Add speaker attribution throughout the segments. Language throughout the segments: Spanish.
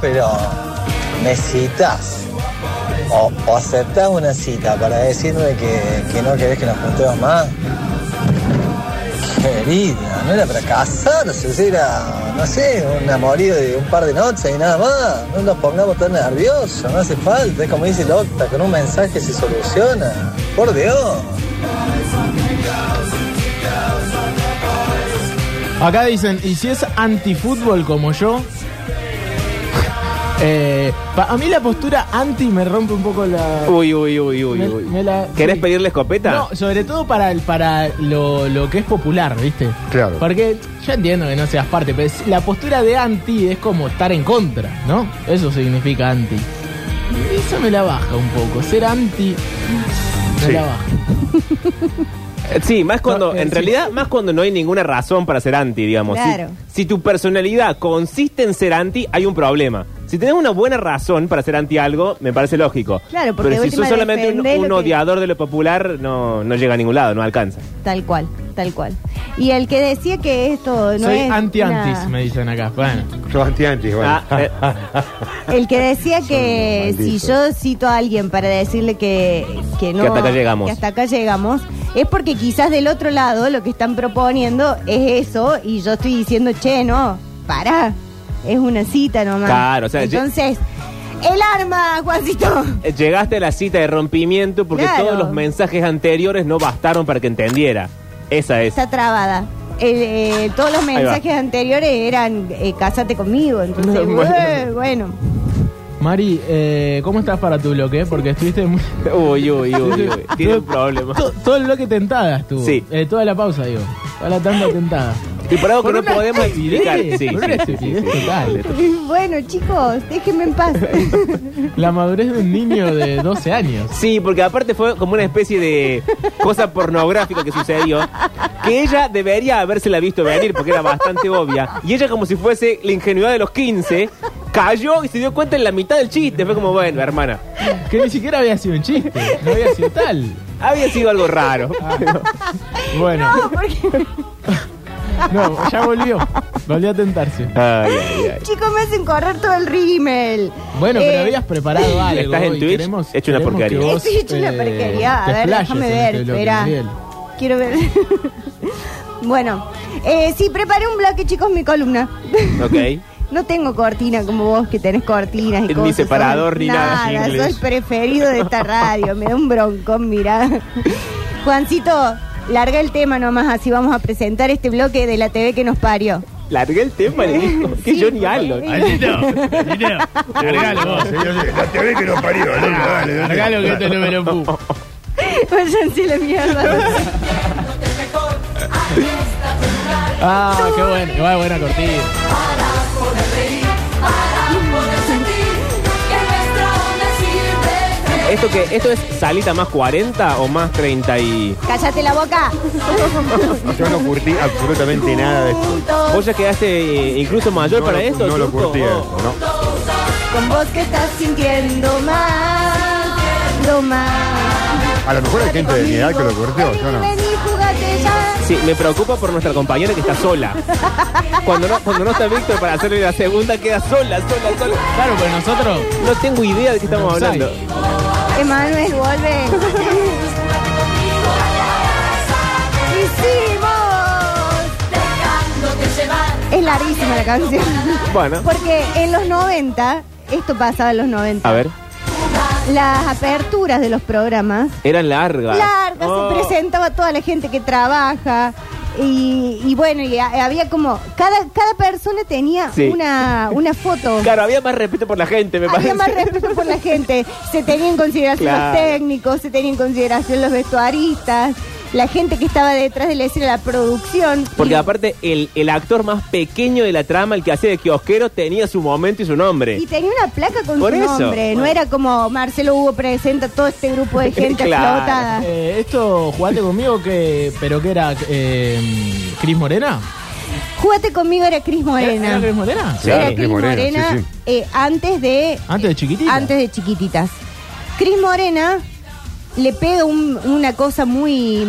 Speaker 1: pero me citas. O, o aceptás una cita para decirme que, que no querés que nos juntemos más. Querida, no era para casarse, era, no sé, un amorío de un par de noches y nada más. No nos pongamos tan nerviosos, no hace falta. Es como dice Locta, con un mensaje se soluciona. Por Dios.
Speaker 2: Acá dicen, ¿y si es antifútbol como yo? Eh, pa- a mí la postura anti me rompe un poco la...
Speaker 3: Uy, uy, uy, uy,
Speaker 2: Me-
Speaker 3: uy.
Speaker 2: me la-
Speaker 3: ¿Querés
Speaker 2: sí.
Speaker 3: pedirle escopeta?
Speaker 2: No, sobre todo para, el- para lo, lo que es popular, ¿viste?
Speaker 4: Claro.
Speaker 2: Porque yo entiendo que no seas parte, pero es- la postura de anti es como estar en contra, ¿no? Eso significa anti. Eso me la baja un poco. Ser anti me
Speaker 4: Sí.
Speaker 2: la baja.
Speaker 3: Eh, Sí, más cuando,
Speaker 2: No, eh,
Speaker 3: en
Speaker 2: sí.
Speaker 3: realidad, más cuando no hay ninguna razón para ser anti, digamos. Si-
Speaker 5: Claro.
Speaker 3: Si, tu personalidad consiste en ser anti, hay un problema. Si tenés una buena razón para ser anti algo, me parece lógico.
Speaker 5: Claro, porque
Speaker 3: Pero
Speaker 5: de
Speaker 3: si sos
Speaker 5: última
Speaker 3: solamente un,
Speaker 5: defendés
Speaker 3: un
Speaker 5: lo que-
Speaker 3: odiador de lo popular, no, no llega a ningún lado, no alcanza.
Speaker 5: Tal cual, tal cual. Y el que decía que esto no
Speaker 2: Soy
Speaker 5: es.
Speaker 2: anti-antis,
Speaker 5: una-
Speaker 2: me dicen acá. Bueno,
Speaker 4: Yo anti-anti, bueno.
Speaker 3: Ah, eh,
Speaker 5: El que decía
Speaker 4: Son
Speaker 5: que si
Speaker 4: malditos.
Speaker 5: yo cito a alguien para decirle que, que no.
Speaker 3: Que hasta acá llegamos.
Speaker 5: que hasta acá llegamos, Es porque quizás del otro lado lo que están proponiendo es eso y yo estoy diciendo, che, no, pará. Es una cita nomás.
Speaker 3: Claro, o sea, yo-
Speaker 5: Entonces, el arma, Juancito.
Speaker 3: eh, llegaste a la cita de rompimiento porque
Speaker 5: Claro.
Speaker 3: todos los mensajes anteriores no bastaron para que entendiera. Esa es.
Speaker 5: Está trabada. El, eh, todos los mensajes anteriores eran eh, casate conmigo. Entonces,
Speaker 3: No, bueno.
Speaker 5: eh, bueno.
Speaker 2: Mari, eh, ¿cómo estás para tu bloque? Porque estuviste muy...
Speaker 3: Uy, uy, uy, uy. Tiene un problema.
Speaker 2: To- todo el bloque tentada estuvo.
Speaker 3: Sí.
Speaker 2: Eh, toda la pausa, digo. Toda la tanda tentada.
Speaker 3: Y por algo que
Speaker 2: Con
Speaker 3: no
Speaker 2: una
Speaker 3: podemos explicar. Sí,
Speaker 2: estupidez,
Speaker 3: sí,
Speaker 2: con una
Speaker 3: sí, sí,
Speaker 2: estupidez
Speaker 3: sí.
Speaker 2: total.
Speaker 5: Bueno, chicos, déjenme en paz.
Speaker 2: La madurez de un niño de 12 años.
Speaker 3: Sí, porque aparte fue como una especie de cosa pornográfica que sucedió, que ella debería habérsela visto venir porque era bastante obvia. Y ella como si fuese la ingenuidad de los 15, cayó y se dio cuenta en la mitad del chiste. Fue como, bueno, hermana,
Speaker 2: Que ni siquiera había sido un chiste. No había sido tal.
Speaker 3: había sido algo raro.
Speaker 2: Bueno,
Speaker 5: No, porque,
Speaker 2: no, ya volvió. Volvió a tentarse.
Speaker 3: Ay, ay, ay.
Speaker 5: chicos, me hacen correr todo el rímel.
Speaker 2: Bueno,
Speaker 5: Eh,
Speaker 2: pero habías preparado algo.
Speaker 3: ¿Estás en
Speaker 2: y
Speaker 3: Twitch?
Speaker 2: queremos-
Speaker 3: Hecho una
Speaker 2: queremos que
Speaker 3: porquería.
Speaker 2: vos,
Speaker 5: Sí, hecho una
Speaker 2: eh,
Speaker 5: porquería. A
Speaker 2: te
Speaker 5: ver,
Speaker 2: explayes
Speaker 5: déjame
Speaker 2: en
Speaker 5: ver,
Speaker 2: este bloque,
Speaker 5: espera.
Speaker 2: Muriel.
Speaker 5: Quiero ver. bueno, eh, sí, preparé un bloque, chicos, mi columna.
Speaker 3: Ok.
Speaker 5: No tengo cortina como vos que tenés cortinas y
Speaker 3: Ni
Speaker 5: cosas.
Speaker 3: separador
Speaker 5: Soy-
Speaker 3: ni nada, jingles.
Speaker 5: soy preferido de esta radio. Me da un broncón, mirá. Juancito, larga el tema nomás, así vamos a presentar este bloque de la TV que nos parió.
Speaker 3: Largué el tema, le dijo. Que
Speaker 5: Sí, pues.
Speaker 3: yo ni
Speaker 5: porque-
Speaker 3: hablo.
Speaker 4: Largalo
Speaker 6: eh.
Speaker 4: vos. La TV que nos parió, dale, dale, dale.
Speaker 2: Largalo que esto no me Ah, lo puso.
Speaker 5: Váyanse a la mierda.
Speaker 2: Ah, qué bueno. Igual buena cortina.
Speaker 3: ¿Esto que ¿Esto es salita más 40 o más 30 y...?
Speaker 5: Cállate la boca.
Speaker 4: Yo no curtí absolutamente nada de esto.
Speaker 5: Juntos,
Speaker 3: ¿Vos ya quedaste eh, incluso mayor
Speaker 4: No
Speaker 3: para
Speaker 4: lo-
Speaker 3: esto?
Speaker 4: No lo
Speaker 3: Turco?
Speaker 4: curtí eso, no.
Speaker 5: con vos que estás sintiendo más, lo más.
Speaker 4: A lo mejor hay gente de mi edad que lo curtió, yo no.
Speaker 5: Vení, jugate ya.
Speaker 3: Sí, me preocupa por nuestra compañera que está sola. Cuando no, cuando no está Víctor para hacerle la segunda, queda sola, sola, sola.
Speaker 2: Claro, pues nosotros.
Speaker 3: No tengo idea de qué estamos hablando.
Speaker 5: Emanuel, vuelve. Hicimos. Es larguísima la canción.
Speaker 3: Bueno,
Speaker 5: Porque en los 90, esto pasaba en los 90,
Speaker 3: a ver.
Speaker 5: las aperturas de los programas,
Speaker 3: Eran largas.
Speaker 5: largas,
Speaker 3: Oh.
Speaker 5: se presentaba toda la gente que trabaja. Y, y bueno, y a- había como, cada, cada persona tenía
Speaker 3: Sí.
Speaker 5: una, una foto.
Speaker 3: Claro, había más respeto por la gente, me parece.
Speaker 5: Había más respeto por la gente. Se tenía en consideración
Speaker 3: Claro.
Speaker 5: los técnicos, se tenía en consideración los vestuaristas, la gente que estaba detrás de la escena, la producción.
Speaker 3: Porque
Speaker 5: Y-
Speaker 3: aparte, el, el actor más pequeño de la trama, el que hacía de kiosquero, tenía su momento y su nombre.
Speaker 5: Y tenía una placa con
Speaker 3: Por
Speaker 5: su
Speaker 3: eso.
Speaker 5: nombre. No era como Marcelo Hugo presenta todo este grupo de gente
Speaker 3: Claro.
Speaker 5: explotada.
Speaker 2: Eh, esto, jugate conmigo que. ¿Pero qué era? Eh, ¿Cris Morena?
Speaker 5: Júgate conmigo era Cris
Speaker 2: ¿Era-
Speaker 5: Morena.
Speaker 2: era Cris Morena?
Speaker 4: Sí.
Speaker 5: Era
Speaker 4: Claro,
Speaker 5: Cris
Speaker 4: Cris Morena,
Speaker 5: Morena
Speaker 4: sí, sí.
Speaker 5: eh, antes de. eh,
Speaker 2: Antes de chiquitita.
Speaker 5: Antes de chiquititas. Cris Morena le pega un- una cosa muy,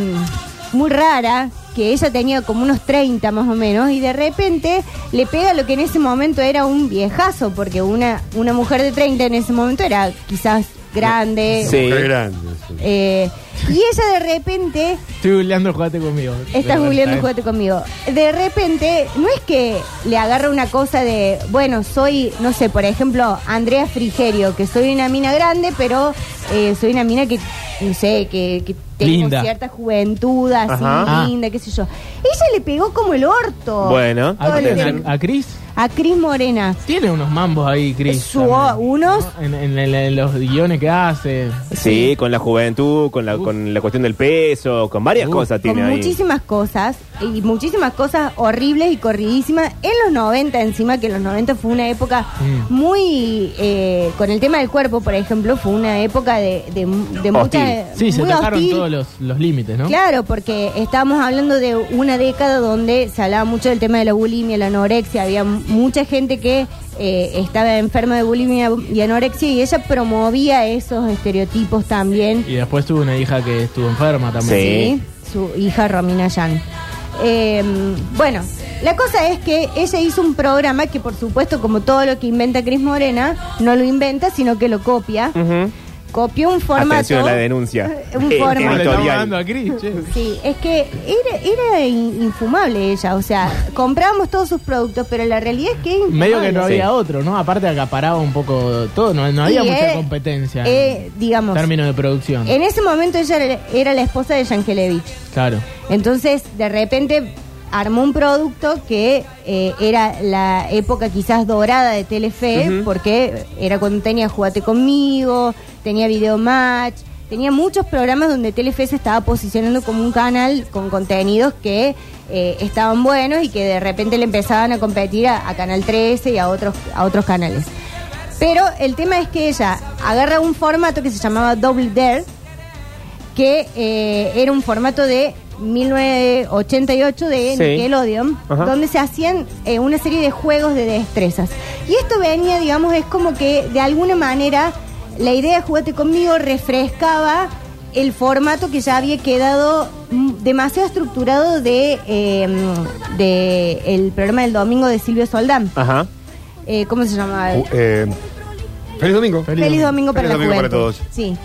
Speaker 5: muy rara que ella tenía como unos 30 más o menos, y de repente le pega lo que en ese momento era un viejazo, porque una, una mujer de 30 en ese momento era quizás grande.
Speaker 3: Sí.
Speaker 4: Qué grande. sí.
Speaker 5: eh, y ella de repente
Speaker 2: Estoy googleando, jugate conmigo.
Speaker 5: Estás googleando y
Speaker 2: jugate
Speaker 5: jugate conmigo. De repente, no es que le agarra una cosa de, bueno, soy, no sé, por ejemplo, Andrea Frigerio, que soy una mina grande, pero eh, soy una mina que, no sé, que, que tengo
Speaker 2: Linda.
Speaker 5: cierta juventud, así,
Speaker 3: Ajá.
Speaker 2: Ah.
Speaker 5: linda, qué sé yo. Ella le pegó como el orto.
Speaker 3: Bueno.
Speaker 4: Ah,
Speaker 5: Todo el tiempo.
Speaker 2: ¿A, a Cris?
Speaker 5: A Cris Morena.
Speaker 2: Tiene unos mambos ahí, Cris.
Speaker 5: Su-
Speaker 2: también,
Speaker 5: unos-
Speaker 2: ¿no? En, en- en- en los guiones que hace.
Speaker 3: Sí, con la juventud, con la, con la cuestión del peso, con varias
Speaker 2: Uh.
Speaker 3: cosas
Speaker 5: Con
Speaker 3: tiene ahí.
Speaker 5: muchísimas cosas, y muchísimas cosas horribles y corridísimas. En los 90, encima, que en los 90 fue una época
Speaker 2: Mm.
Speaker 5: muy. eh, con el tema del cuerpo, por ejemplo, fue una época de, de, de
Speaker 3: Hostil.
Speaker 5: mucha.
Speaker 2: Sí, se
Speaker 5: muy
Speaker 2: tocaron
Speaker 5: hostil.
Speaker 2: todos los, los límites, ¿no?
Speaker 5: Claro, porque estábamos hablando de una década donde se hablaba mucho del tema de la bulimia, la anorexia. Había m- mucha gente que eh, estaba enferma de bulimia y anorexia y ella promovía esos estereotipos también.
Speaker 2: Y después tuvo una hija que estuvo enferma también.
Speaker 3: Sí.
Speaker 5: Sí, su hija Romina Yan. Eh, bueno, la cosa es que ella hizo un programa que, por supuesto, como todo lo que inventa Cris Morena, no lo inventa, sino que lo copia.
Speaker 3: Ujú.
Speaker 5: Copió un formato.
Speaker 3: Mm. Atención a la denuncia.
Speaker 5: Un
Speaker 2: ¿Cómo le
Speaker 3: Eh,
Speaker 5: formato.
Speaker 2: estamos
Speaker 3: Editorial.
Speaker 2: dando a Cris, che?
Speaker 5: Sí, es que era, era in- infumable ella, o sea, comprábamos todos sus productos, pero la realidad es que... es
Speaker 2: Medio
Speaker 5: infumable.
Speaker 2: que no había otro, ¿no? Aparte acaparaba un poco todo, no, no había
Speaker 5: Y,
Speaker 2: mucha
Speaker 5: eh,
Speaker 2: competencia
Speaker 5: eh, digamos,
Speaker 2: en términos de producción.
Speaker 5: en ese momento ella era- era la esposa de Yankelevich.
Speaker 2: Claro.
Speaker 5: Entonces, de repente armó un producto que eh, era la época quizás dorada de Telefe, porque era cuando tenía Jugate conmigo, tenía Video Match, tenía muchos programas donde Telefe se estaba posicionando como un canal con contenidos que eh, estaban buenos y que de repente le empezaban a competir a, a Canal 13 y a otros a otros canales. Pero el tema es que ella agarra un formato que se llamaba Double Dare, que eh, era un formato de 1988 de
Speaker 3: Sí.
Speaker 5: Nickelodeon,
Speaker 3: Ajá.
Speaker 5: donde se hacían eh, una serie de juegos de destrezas. Y esto venía, digamos, es como que de alguna manera la idea de Jugate conmigo refrescaba el formato que ya había quedado mm, demasiado estructurado de, eh, de el programa del domingo de Silvio Soldán.
Speaker 3: Ajá.
Speaker 5: Eh, ¿Cómo se llamaba?
Speaker 4: Uh, eh, feliz domingo.
Speaker 2: Feliz
Speaker 5: Feliz domingo para
Speaker 4: Feliz
Speaker 5: la
Speaker 4: domingo para
Speaker 5: juventud.
Speaker 4: todos.
Speaker 5: Sí.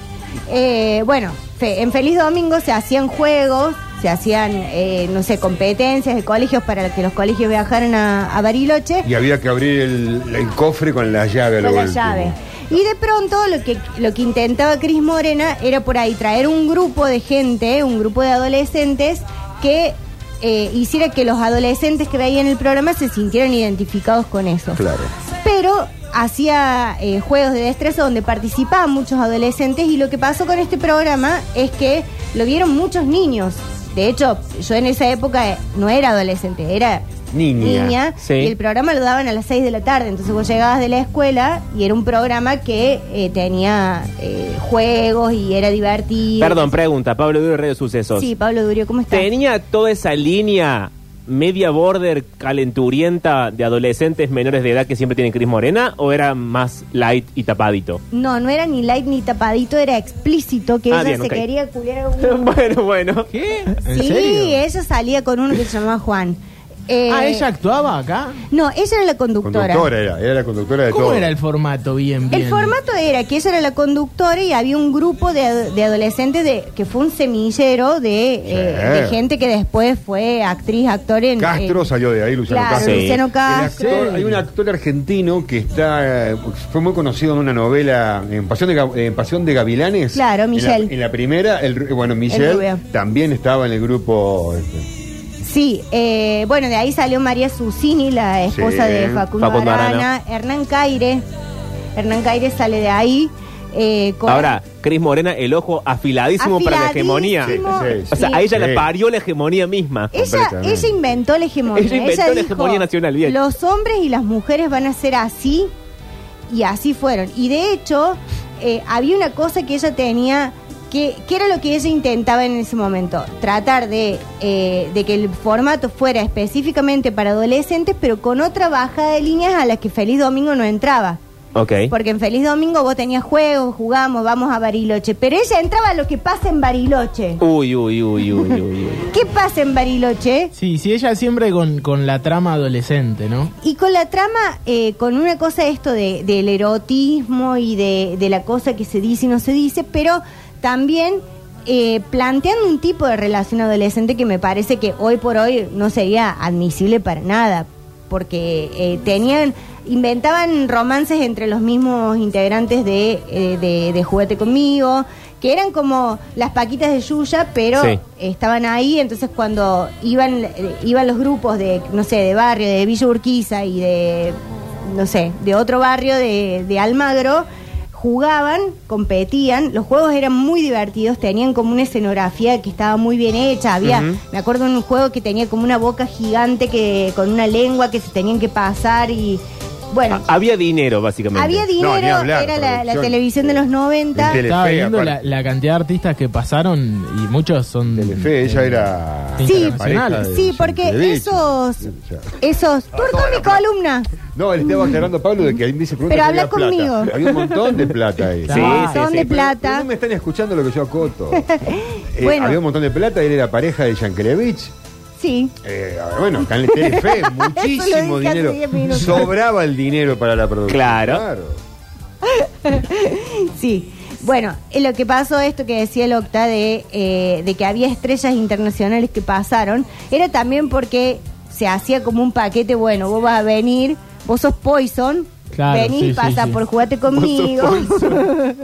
Speaker 5: Eh, bueno, fe- en Feliz Domingo se hacían juegos, se hacían, eh, no sé, competencias de colegios para que los colegios viajaran a, a Bariloche
Speaker 4: Y había que abrir el, el cofre con la llave. a lo
Speaker 5: con la
Speaker 4: último.
Speaker 5: llave. Y de pronto lo que, lo que intentaba Cris Morena era por ahí traer un grupo de gente, un grupo de adolescentes que eh, hiciera que los adolescentes que veían el programa se sintieran identificados con eso
Speaker 4: Claro.
Speaker 5: pero hacía eh, juegos de destreza donde participaban muchos adolescentes y lo que pasó con este programa es que lo vieron muchos niños. De hecho, yo en esa época eh, no era adolescente, era
Speaker 4: Niña,
Speaker 3: sí.
Speaker 5: y el programa lo daban a las 6 de la tarde, entonces vos llegabas de la escuela y era un programa que eh, tenía eh, juegos y era divertido.
Speaker 3: Perdón, pregunta. Pablo Duro, Radio Sucesos.
Speaker 5: Sí, Pablo Durio, ¿cómo estás?
Speaker 3: Tenía toda esa línea media border calenturienta de adolescentes menores de edad que siempre tienen Cris Morena o era más light y tapadito?
Speaker 5: No, no era ni light ni tapadito, era explícito que
Speaker 3: Ah,
Speaker 5: ella
Speaker 3: bien,
Speaker 5: se
Speaker 3: ok.
Speaker 5: quería culiar a un
Speaker 3: bueno, bueno.
Speaker 2: ¿Qué? ¿En
Speaker 5: sí,
Speaker 2: serio?
Speaker 5: ella salía con uno que se llamaba Juan. Eh,
Speaker 2: Ah, ¿ella actuaba acá?
Speaker 5: No, ella era la conductora.
Speaker 4: Conductora era, era la conductora de
Speaker 2: ¿Cómo
Speaker 4: todo.
Speaker 2: era el formato bien, bien?
Speaker 5: El formato era que ella era la conductora y había un grupo de, ad- de adolescentes de, que fue un semillero de, eh,
Speaker 4: Sí.
Speaker 5: de gente que después fue actriz, actor en...
Speaker 4: Castro
Speaker 5: eh,
Speaker 4: salió de ahí, Luciano
Speaker 5: claro,
Speaker 4: Castro.
Speaker 3: Sí.
Speaker 5: Luciano Castro.
Speaker 4: El actor- Hay un actor argentino que está eh, fue muy conocido en una novela en Pasión de, Ga- en Pasión de Gavilanes.
Speaker 5: Claro,
Speaker 4: En la- En
Speaker 5: Michel.
Speaker 4: la, primera, el, ru- bueno,
Speaker 5: rubio.
Speaker 4: Michelle también estaba en el grupo. este,
Speaker 5: Sí, eh, bueno, de ahí salió María Susini, la esposa
Speaker 4: Sí.
Speaker 5: de Facundo,
Speaker 3: Facundo
Speaker 5: Arana.
Speaker 3: Arana.
Speaker 5: Hernán Caire. Hernán Caire sale de ahí. eh, con-
Speaker 3: Ahora, Cris Morena, el ojo afiladísimo, para la hegemonía.
Speaker 5: Afiladísimo, Eh,
Speaker 4: Sí, sí, sí.
Speaker 3: O sea, a ella
Speaker 4: Sí.
Speaker 3: la parió la hegemonía misma.
Speaker 5: Ella,
Speaker 4: Completamente.
Speaker 5: ella inventó la hegemonía.
Speaker 3: Ella inventó la
Speaker 5: dijo,
Speaker 3: hegemonía nacional, bien.
Speaker 5: Los hombres y las mujeres van a ser así y así fueron. Y de hecho, eh, había una cosa que ella tenía, que, que era lo que ella intentaba en ese momento, tratar de, eh, de que el formato fuera específicamente para adolescentes, pero con otra bajada de líneas a las que Feliz Domingo no entraba.
Speaker 3: Ok.
Speaker 5: Porque en Feliz Domingo vos tenías juegos, jugamos, vamos a Bariloche. Pero ella entraba a lo que pasa en Bariloche.
Speaker 3: Uy, uy, uy, uy, uy, uy.
Speaker 5: ¿Qué pasa en Bariloche?
Speaker 2: Sí, sí, ella siempre con, con la trama adolescente, ¿no?
Speaker 5: Y con la trama, eh, con una cosa esto de, del erotismo y de, de la cosa que se dice y no se dice, pero también eh, planteando un tipo de relación adolescente que me parece que hoy por hoy no sería admisible para nada, porque eh, tenían, inventaban romances entre los mismos integrantes de, eh, de, de Juguete conmigo, que eran como las paquitas de Yuya, pero
Speaker 3: Sí.
Speaker 5: estaban ahí, entonces cuando iban, eh, iban los grupos de, no sé, de barrio, de Villa Urquiza y de, no sé, de otro barrio de, de Almagro, jugaban, competían, los juegos eran muy divertidos, tenían como una escenografía que estaba muy bien hecha, había,
Speaker 3: Ujú.
Speaker 5: me acuerdo de un juego que tenía como una boca gigante que con una lengua que se tenían que pasar y bueno,
Speaker 3: Ha-
Speaker 4: Ah,
Speaker 3: Había dinero, básicamente.
Speaker 5: había dinero,
Speaker 4: No, ni hablar,
Speaker 5: era la, la
Speaker 4: producción.
Speaker 5: televisión de los 90.
Speaker 4: Telefe,
Speaker 2: Estaba viendo la,
Speaker 4: aparte.
Speaker 2: la cantidad de artistas que pasaron y muchos son... eh,
Speaker 4: Telefe, ella era.
Speaker 2: Sí,
Speaker 4: era
Speaker 2: sí,
Speaker 4: pareja de
Speaker 5: Sí,
Speaker 4: Vicente
Speaker 5: porque
Speaker 4: Beach.
Speaker 5: esos,
Speaker 4: Ya.
Speaker 5: esos, turco mi columna.
Speaker 4: No, le estaba aclarando a Pablo de que ahí me dice pregunta
Speaker 5: Mm. Pero
Speaker 4: si
Speaker 5: habla
Speaker 4: había plata.
Speaker 5: conmigo.
Speaker 4: Había un montón de plata ahí.
Speaker 2: Sí,
Speaker 3: Sí,
Speaker 5: Ah,
Speaker 3: sí,
Speaker 5: son
Speaker 3: sí.
Speaker 5: de
Speaker 4: Pero-
Speaker 5: plata.
Speaker 4: pero no me están escuchando lo que yo acoto. Eh,
Speaker 5: Bueno.
Speaker 4: Había un montón de plata, él era pareja de Yankelevich.
Speaker 5: Sí.
Speaker 4: Eh, bueno, acá en el Telefe,
Speaker 5: Eso lo
Speaker 4: muchísimo
Speaker 5: dije hace
Speaker 4: dinero.
Speaker 5: 10 minutos.
Speaker 4: Sobraba el dinero para la producción.
Speaker 3: Claro.
Speaker 5: Sí. Bueno, eh, lo que pasó, esto que decía el Octa de, eh, de que había estrellas internacionales que pasaron, era también porque se hacía como un paquete, bueno, vos vas a venir, vos sos Poison,
Speaker 2: Claro,
Speaker 5: venís,
Speaker 2: sí, sí,
Speaker 5: pasa
Speaker 2: sí.
Speaker 5: por jugate conmigo.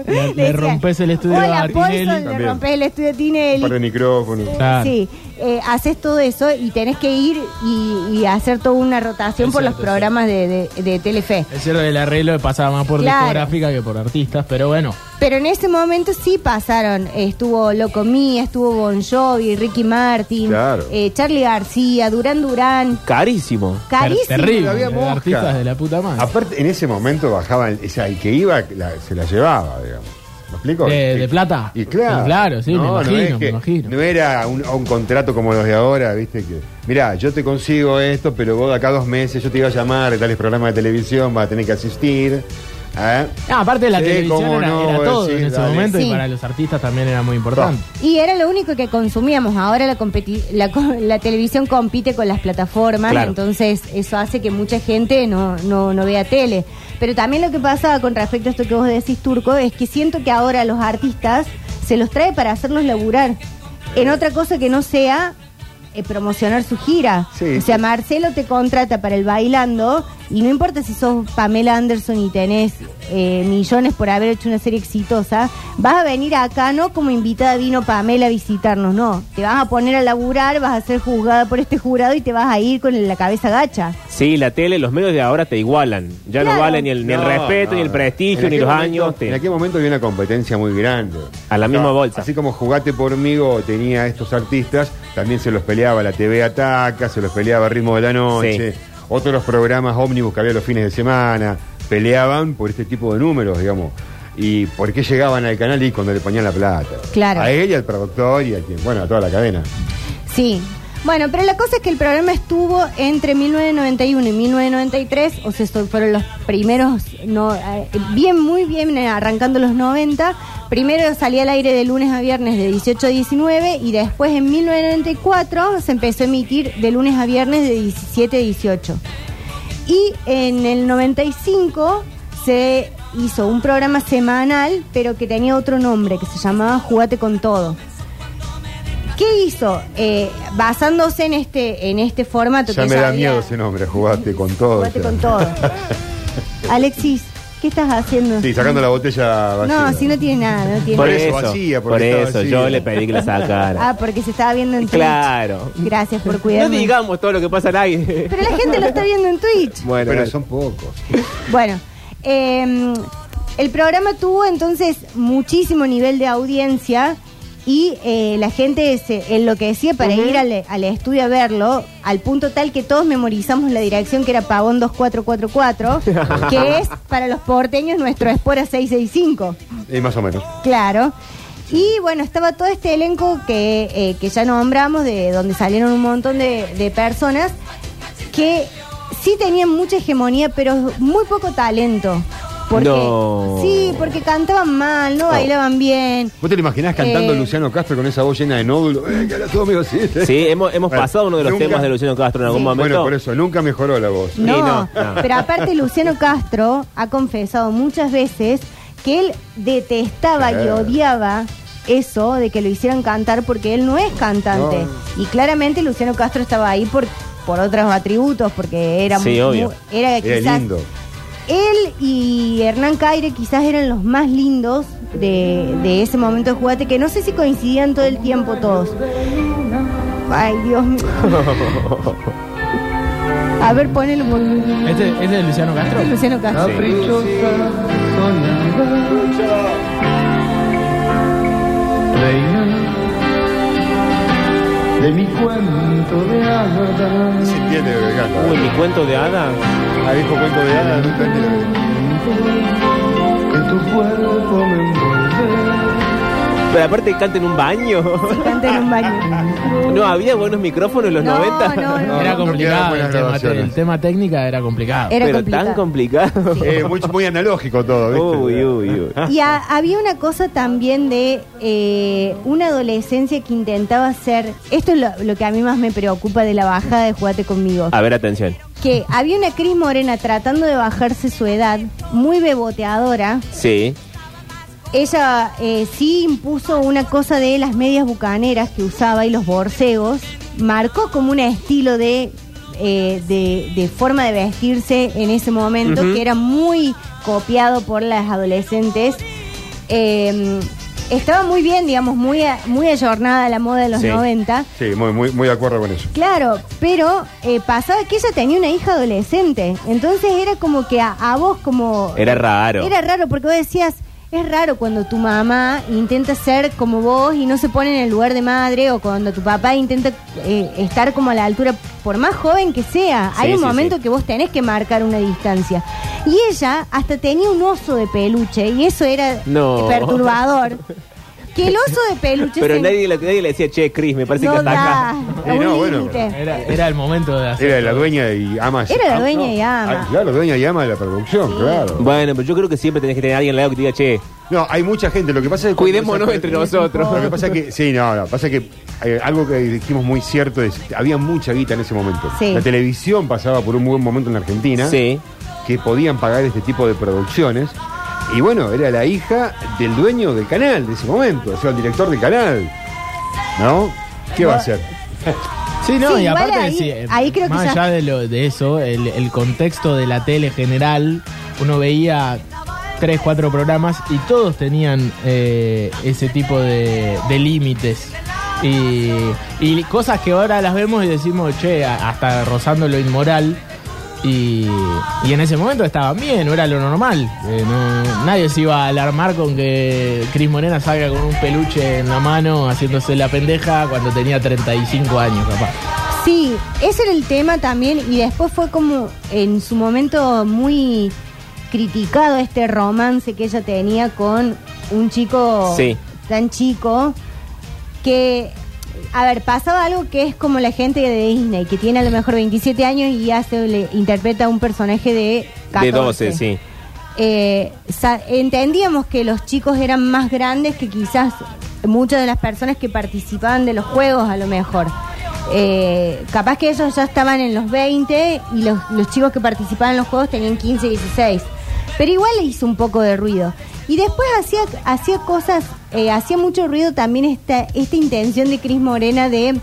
Speaker 2: Le- le
Speaker 5: decían,
Speaker 2: rompés el estudio
Speaker 5: Hola,
Speaker 2: a Tinelli".
Speaker 5: Poison, le
Speaker 4: También.
Speaker 5: rompés el estudio a
Speaker 4: Un
Speaker 5: Tinelli.
Speaker 4: par de micrófonos.
Speaker 2: Claro.
Speaker 5: Sí, eh, haces todo eso y tenés que ir y, y hacer toda una rotación por los
Speaker 2: Exacto,
Speaker 5: programas de, de- de Telefe.
Speaker 2: Es cierto que el arreglo pasaba más por
Speaker 5: Claro.
Speaker 2: discográfica que por artistas, pero bueno.
Speaker 5: Pero en ese momento sí pasaron. Estuvo Loco Mía, estuvo Bon Jovi, Ricky Martin,
Speaker 4: Claro.
Speaker 5: eh, Charlie García, Durán Durán.
Speaker 3: Carísimo.
Speaker 5: Carísimo.
Speaker 2: Ter- terrible.
Speaker 4: Había
Speaker 2: de
Speaker 4: mosca.
Speaker 2: artistas de la puta madre.
Speaker 4: Aparte, en ese momento bajaban, o sea, el que iba la- se la llevaba, digamos. ¿Me explico?
Speaker 2: De-
Speaker 4: Y-
Speaker 2: de plata.
Speaker 4: Y claro.
Speaker 2: Y claro, sí, me imagino,
Speaker 4: es
Speaker 2: me imagino.
Speaker 4: No era un, un contrato como los de ahora, ¿viste? Que, mirá, yo te consigo esto, pero vos de acá a dos meses yo te iba a llamar de tales programas de televisión, vas a tener que asistir. ¿eh?
Speaker 2: Ah, aparte de la
Speaker 4: Sí,
Speaker 2: televisión
Speaker 4: cómo
Speaker 2: era,
Speaker 4: no,
Speaker 2: era todo
Speaker 4: sí,
Speaker 2: en ese
Speaker 4: dale.
Speaker 2: momento
Speaker 5: Sí.
Speaker 2: y para los artistas también era muy importante.
Speaker 5: Y era lo único que consumíamos. Ahora la, competi- la, co- la televisión compite con las plataformas,
Speaker 3: Claro.
Speaker 5: entonces eso hace que mucha gente no, no, no vea tele. Pero también lo que pasa con respecto a esto que vos decís, Turco, es que siento que ahora los artistas se los trae para hacernos laburar en otra cosa que no sea eh, promocionar su gira.
Speaker 4: Sí.
Speaker 5: o sea, Marcelo te contrata para el bailando y no importa si sos Pamela Anderson y tenés eh, millones por haber hecho una serie exitosa, vas a venir acá no como invitada vino Pamela a visitarnos, no. Te vas a poner a laburar, vas a ser juzgada por este jurado y te vas a ir con la cabeza gacha.
Speaker 3: Sí, la tele, los medios de ahora te igualan. Ya
Speaker 5: Claro.
Speaker 3: no valen ni el, ni el
Speaker 4: No,
Speaker 3: respeto,
Speaker 4: no,
Speaker 3: ni el
Speaker 4: no.
Speaker 3: prestigio,
Speaker 4: En
Speaker 3: ni
Speaker 4: aquel
Speaker 3: los
Speaker 4: momento-
Speaker 3: años. te-
Speaker 4: En aquel momento había una competencia muy grande.
Speaker 3: A la misma bolsa.
Speaker 4: Así como Jugate por mí tenía a estos artistas, también se los peleaba la TV Ataca, se los peleaba Ritmo de la Noche,
Speaker 3: Sí.
Speaker 4: otros programas ómnibus que había los fines de semana, peleaban por este tipo de números, digamos. ¿Y por qué llegaban al canal y cuando le ponían la plata?
Speaker 5: Claro.
Speaker 4: A ella, al productor y a quien, bueno, a toda la cadena.
Speaker 5: Sí. Bueno, pero la cosa es que el programa estuvo entre 1991 y 1993, o sea, estos fueron los primeros, no, eh, bien, muy bien, eh, arrancando los 90. Primero salía al aire de lunes a viernes de 18 a 19 y después en 1994 se empezó a emitir de lunes a viernes de 17 a 18. Y en el 95 se hizo un programa semanal, pero que tenía otro nombre, que se llamaba Jugate con Todo. ¿Qué hizo? Eh, basándose en este, en este formato
Speaker 4: Ya
Speaker 5: que
Speaker 4: me
Speaker 5: ya
Speaker 4: da
Speaker 5: había-
Speaker 4: miedo ese nombre, Jugate con todo.
Speaker 5: Jugate
Speaker 4: ya.
Speaker 5: con Todo. Alexis, ¿qué estás haciendo?
Speaker 4: Sí, sacando la botella vacía.
Speaker 5: no, si no tiene nada, no tiene
Speaker 3: Por
Speaker 5: nada.
Speaker 4: eso
Speaker 3: eso,
Speaker 4: vacía, porque
Speaker 3: por
Speaker 4: estaba
Speaker 3: eso
Speaker 4: vacía.
Speaker 3: yo le pedí que la sacara.
Speaker 5: Ah, porque se estaba viendo en Twitch.
Speaker 3: claro.
Speaker 5: Gracias por
Speaker 3: No
Speaker 5: cuidarme.
Speaker 3: digamos todo lo que pasa al aire.
Speaker 5: Pero la gente lo está viendo en Twitch.
Speaker 3: Bueno,
Speaker 4: Pero
Speaker 3: dale.
Speaker 4: son pocos.
Speaker 5: Bueno, eh, el programa tuvo entonces muchísimo nivel de audiencia y eh, la gente se enloquecía para ir al, al estudio a verlo, al punto tal que todos memorizamos la dirección que era Pavón 2444, que es para los porteños nuestro Espora 665.
Speaker 4: Eh, más o menos.
Speaker 5: Claro. Y bueno, estaba todo este elenco que, eh, que ya nombramos, de donde salieron un montón de, de personas que sí tenían mucha hegemonía, pero muy poco talento. Porque,
Speaker 3: No.
Speaker 5: Sí, porque cantaban mal, no bailaban bien.
Speaker 4: ¿Vos te lo imaginás cantando
Speaker 5: Eh.
Speaker 4: Luciano Castro con esa voz llena de nódulos? Eh, que era todo medio así, ¿eh?
Speaker 3: Sí, hemos, hemos
Speaker 4: Bueno,
Speaker 3: pasado uno de los
Speaker 4: nunca-
Speaker 3: temas de Luciano Castro en algún
Speaker 5: Sí.
Speaker 3: momento.
Speaker 4: Bueno, por eso, nunca mejoró la voz. Eh,
Speaker 3: Sí,
Speaker 5: No,
Speaker 3: no, no.
Speaker 5: pero aparte Luciano Castro ha confesado muchas veces que él detestaba y
Speaker 4: Claro.
Speaker 5: odiaba eso de que lo hicieran cantar porque él no es cantante. Y claramente Luciano Castro estaba ahí por, por otros atributos, porque era
Speaker 3: Sí, obvio.
Speaker 5: era
Speaker 4: Era
Speaker 5: quizás-
Speaker 4: lindo.
Speaker 5: Él y Hernán Caire quizás eran los más lindos de, de ese momento de jugate, que no sé si coincidían todo el tiempo todos. Ay, Dios mío. A ver, ponelo por
Speaker 2: ¿Este, este es Luciano Castro?
Speaker 5: ¿Este es Luciano Castro.
Speaker 3: Ah,
Speaker 7: de mi cuento de hadas.
Speaker 4: Sí, entiende lo que canta.
Speaker 3: Uy, mi cuento de hadas.
Speaker 4: Ah, dijo cuento de hadas, nunca entiende lo que canta.
Speaker 7: Que tu cuerpo me envuelve.
Speaker 3: Pero aparte canta en un baño.
Speaker 5: Canta en un baño.
Speaker 3: No había buenos micrófonos en los
Speaker 5: No,
Speaker 3: 90.
Speaker 5: no, no.
Speaker 2: Era
Speaker 4: no quedaron
Speaker 2: complicado.
Speaker 4: buenas
Speaker 2: el, tema, te-
Speaker 4: grabaciones.
Speaker 2: el tema técnica era complicado.
Speaker 5: Era
Speaker 3: Pero tan
Speaker 5: complicado.
Speaker 3: complicado.
Speaker 4: Eh, muy, muy analógico todo, ¿viste?
Speaker 3: Uy, uy, uy.
Speaker 5: Y a- había una cosa también de eh, una adolescencia que intentaba ser. Esto es lo, lo que a mí más me preocupa de la bajada de Jugate conmigo.
Speaker 3: A ver, atención.
Speaker 5: Que había una Cris Morena tratando de bajarse su edad, muy beboteadora.
Speaker 3: Sí.
Speaker 5: Ella eh, sí impuso una cosa de las medias bucaneras que usaba y los borcegos. Marcó como un estilo de, eh, de, de forma de vestirse en ese momento
Speaker 3: Ujú.
Speaker 5: que era muy copiado por las adolescentes. Eh, estaba muy bien, digamos, muy, a- muy ayornada a la moda de los
Speaker 3: Sí.
Speaker 5: 90.
Speaker 4: Sí, muy, muy, muy de acuerdo con eso.
Speaker 5: Claro, pero eh, pasaba que ella tenía una hija adolescente. Entonces era como que a, a vos como...
Speaker 3: Era raro.
Speaker 5: Era raro porque vos decías, es raro cuando tu mamá intenta ser como vos y no se pone en el lugar de madre o cuando tu papá intenta eh, estar como a la altura, por más joven que sea,
Speaker 3: Sí,
Speaker 5: hay un
Speaker 3: sí,
Speaker 5: momento
Speaker 3: sí.
Speaker 5: que vos tenés que marcar una distancia. Y ella hasta tenía un oso de peluche y eso era
Speaker 3: No.
Speaker 5: perturbador. Que el oso de peluche
Speaker 3: Pero
Speaker 5: se-
Speaker 3: nadie, le- nadie le decía, che, Cris, me parece
Speaker 5: no
Speaker 3: que hasta
Speaker 5: da,
Speaker 3: acá.
Speaker 5: a
Speaker 4: Y
Speaker 5: un
Speaker 4: no, bueno.
Speaker 5: límite.
Speaker 2: Era, era el momento de hacer.
Speaker 4: Era la dueña y ama.
Speaker 5: Era la dueña
Speaker 4: no.
Speaker 5: y ama.
Speaker 4: Ah, claro, dueña y ama de la producción, claro.
Speaker 3: Bueno, pero yo creo que siempre tenés que tener a alguien al lado que te diga, che,
Speaker 4: No, hay mucha gente. Lo que pasa es que
Speaker 3: cuidémonos
Speaker 4: cuando-
Speaker 3: entre nosotros.
Speaker 4: Lo que pasa es que, sí, no, no, pasa que eh, algo que dijimos muy cierto es que había mucha guita en ese momento.
Speaker 5: Sí.
Speaker 4: La televisión pasaba por un buen momento en la Argentina.
Speaker 3: Sí.
Speaker 4: Que podían pagar este tipo de producciones. Y bueno, era la hija del dueño del canal de ese momento, o sea, el director del canal. ¿No? ¿Qué va a hacer?
Speaker 2: Sí, no,
Speaker 5: Sí,
Speaker 2: y
Speaker 5: igual
Speaker 2: aparte,
Speaker 5: ahí-
Speaker 2: sí, eh,
Speaker 5: ahí creo que
Speaker 2: más
Speaker 5: ya-
Speaker 2: allá de, lo, de eso, el, el contexto de la tele general, uno veía tres, cuatro programas y todos tenían eh, ese tipo de, de límites. Y, y cosas que ahora las vemos y decimos, che, a- hasta rozando lo inmoral. Y, y en ese momento estaban bien, no era lo normal. Eh, no- nadie se iba a alarmar con que Cris Morena salga con un peluche en la mano haciéndose la pendeja cuando tenía 35 años, capaz.
Speaker 5: Sí, ese era el tema también y después fue como en su momento muy criticado este romance que ella tenía con un chico
Speaker 3: Sí.
Speaker 5: tan chico que, a ver, pasaba algo que es como la gente de Disney, que tiene a lo mejor 27 años y hace, le interpreta a un personaje de 14.
Speaker 3: de 12, sí.
Speaker 5: Eh, sa- entendíamos que los chicos eran más grandes que quizás muchas de las personas que participaban de los juegos a lo mejor. Eh, capaz que ellos ya estaban en los 20 y los, los chicos que participaban en los juegos tenían 15 y 16. Pero igual le hizo un poco de ruido. Y después hacía, hacía cosas, eh, hacía mucho ruido también esta, esta intención de Cris Morena de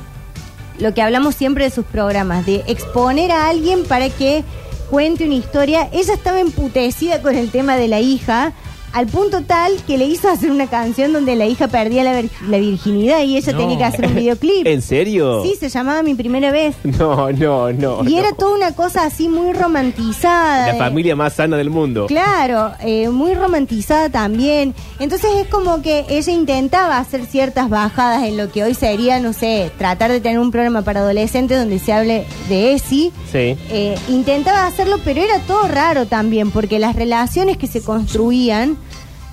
Speaker 5: lo que hablamos siempre de sus programas, de exponer a alguien para que cuente una historia. Ella estaba emputecida con el tema de la hija, al punto tal que le hizo hacer una canción donde la hija perdía la, vir- la virginidad y ella
Speaker 2: No.
Speaker 5: tenía que hacer un videoclip.
Speaker 3: ¿En serio?
Speaker 5: Sí, se llamaba Mi Primera Vez.
Speaker 3: No, no, no.
Speaker 5: Y era
Speaker 3: no.
Speaker 5: toda una cosa así muy romantizada.
Speaker 3: La
Speaker 5: de-
Speaker 3: familia más sana del mundo.
Speaker 5: Claro, eh, muy romantizada también. Entonces es como que ella intentaba hacer ciertas bajadas en lo que hoy sería, no sé, tratar de tener un programa para adolescentes donde se hable de ESI.
Speaker 3: Sí.
Speaker 5: Eh, intentaba hacerlo, pero era todo raro también, porque las relaciones que se construían,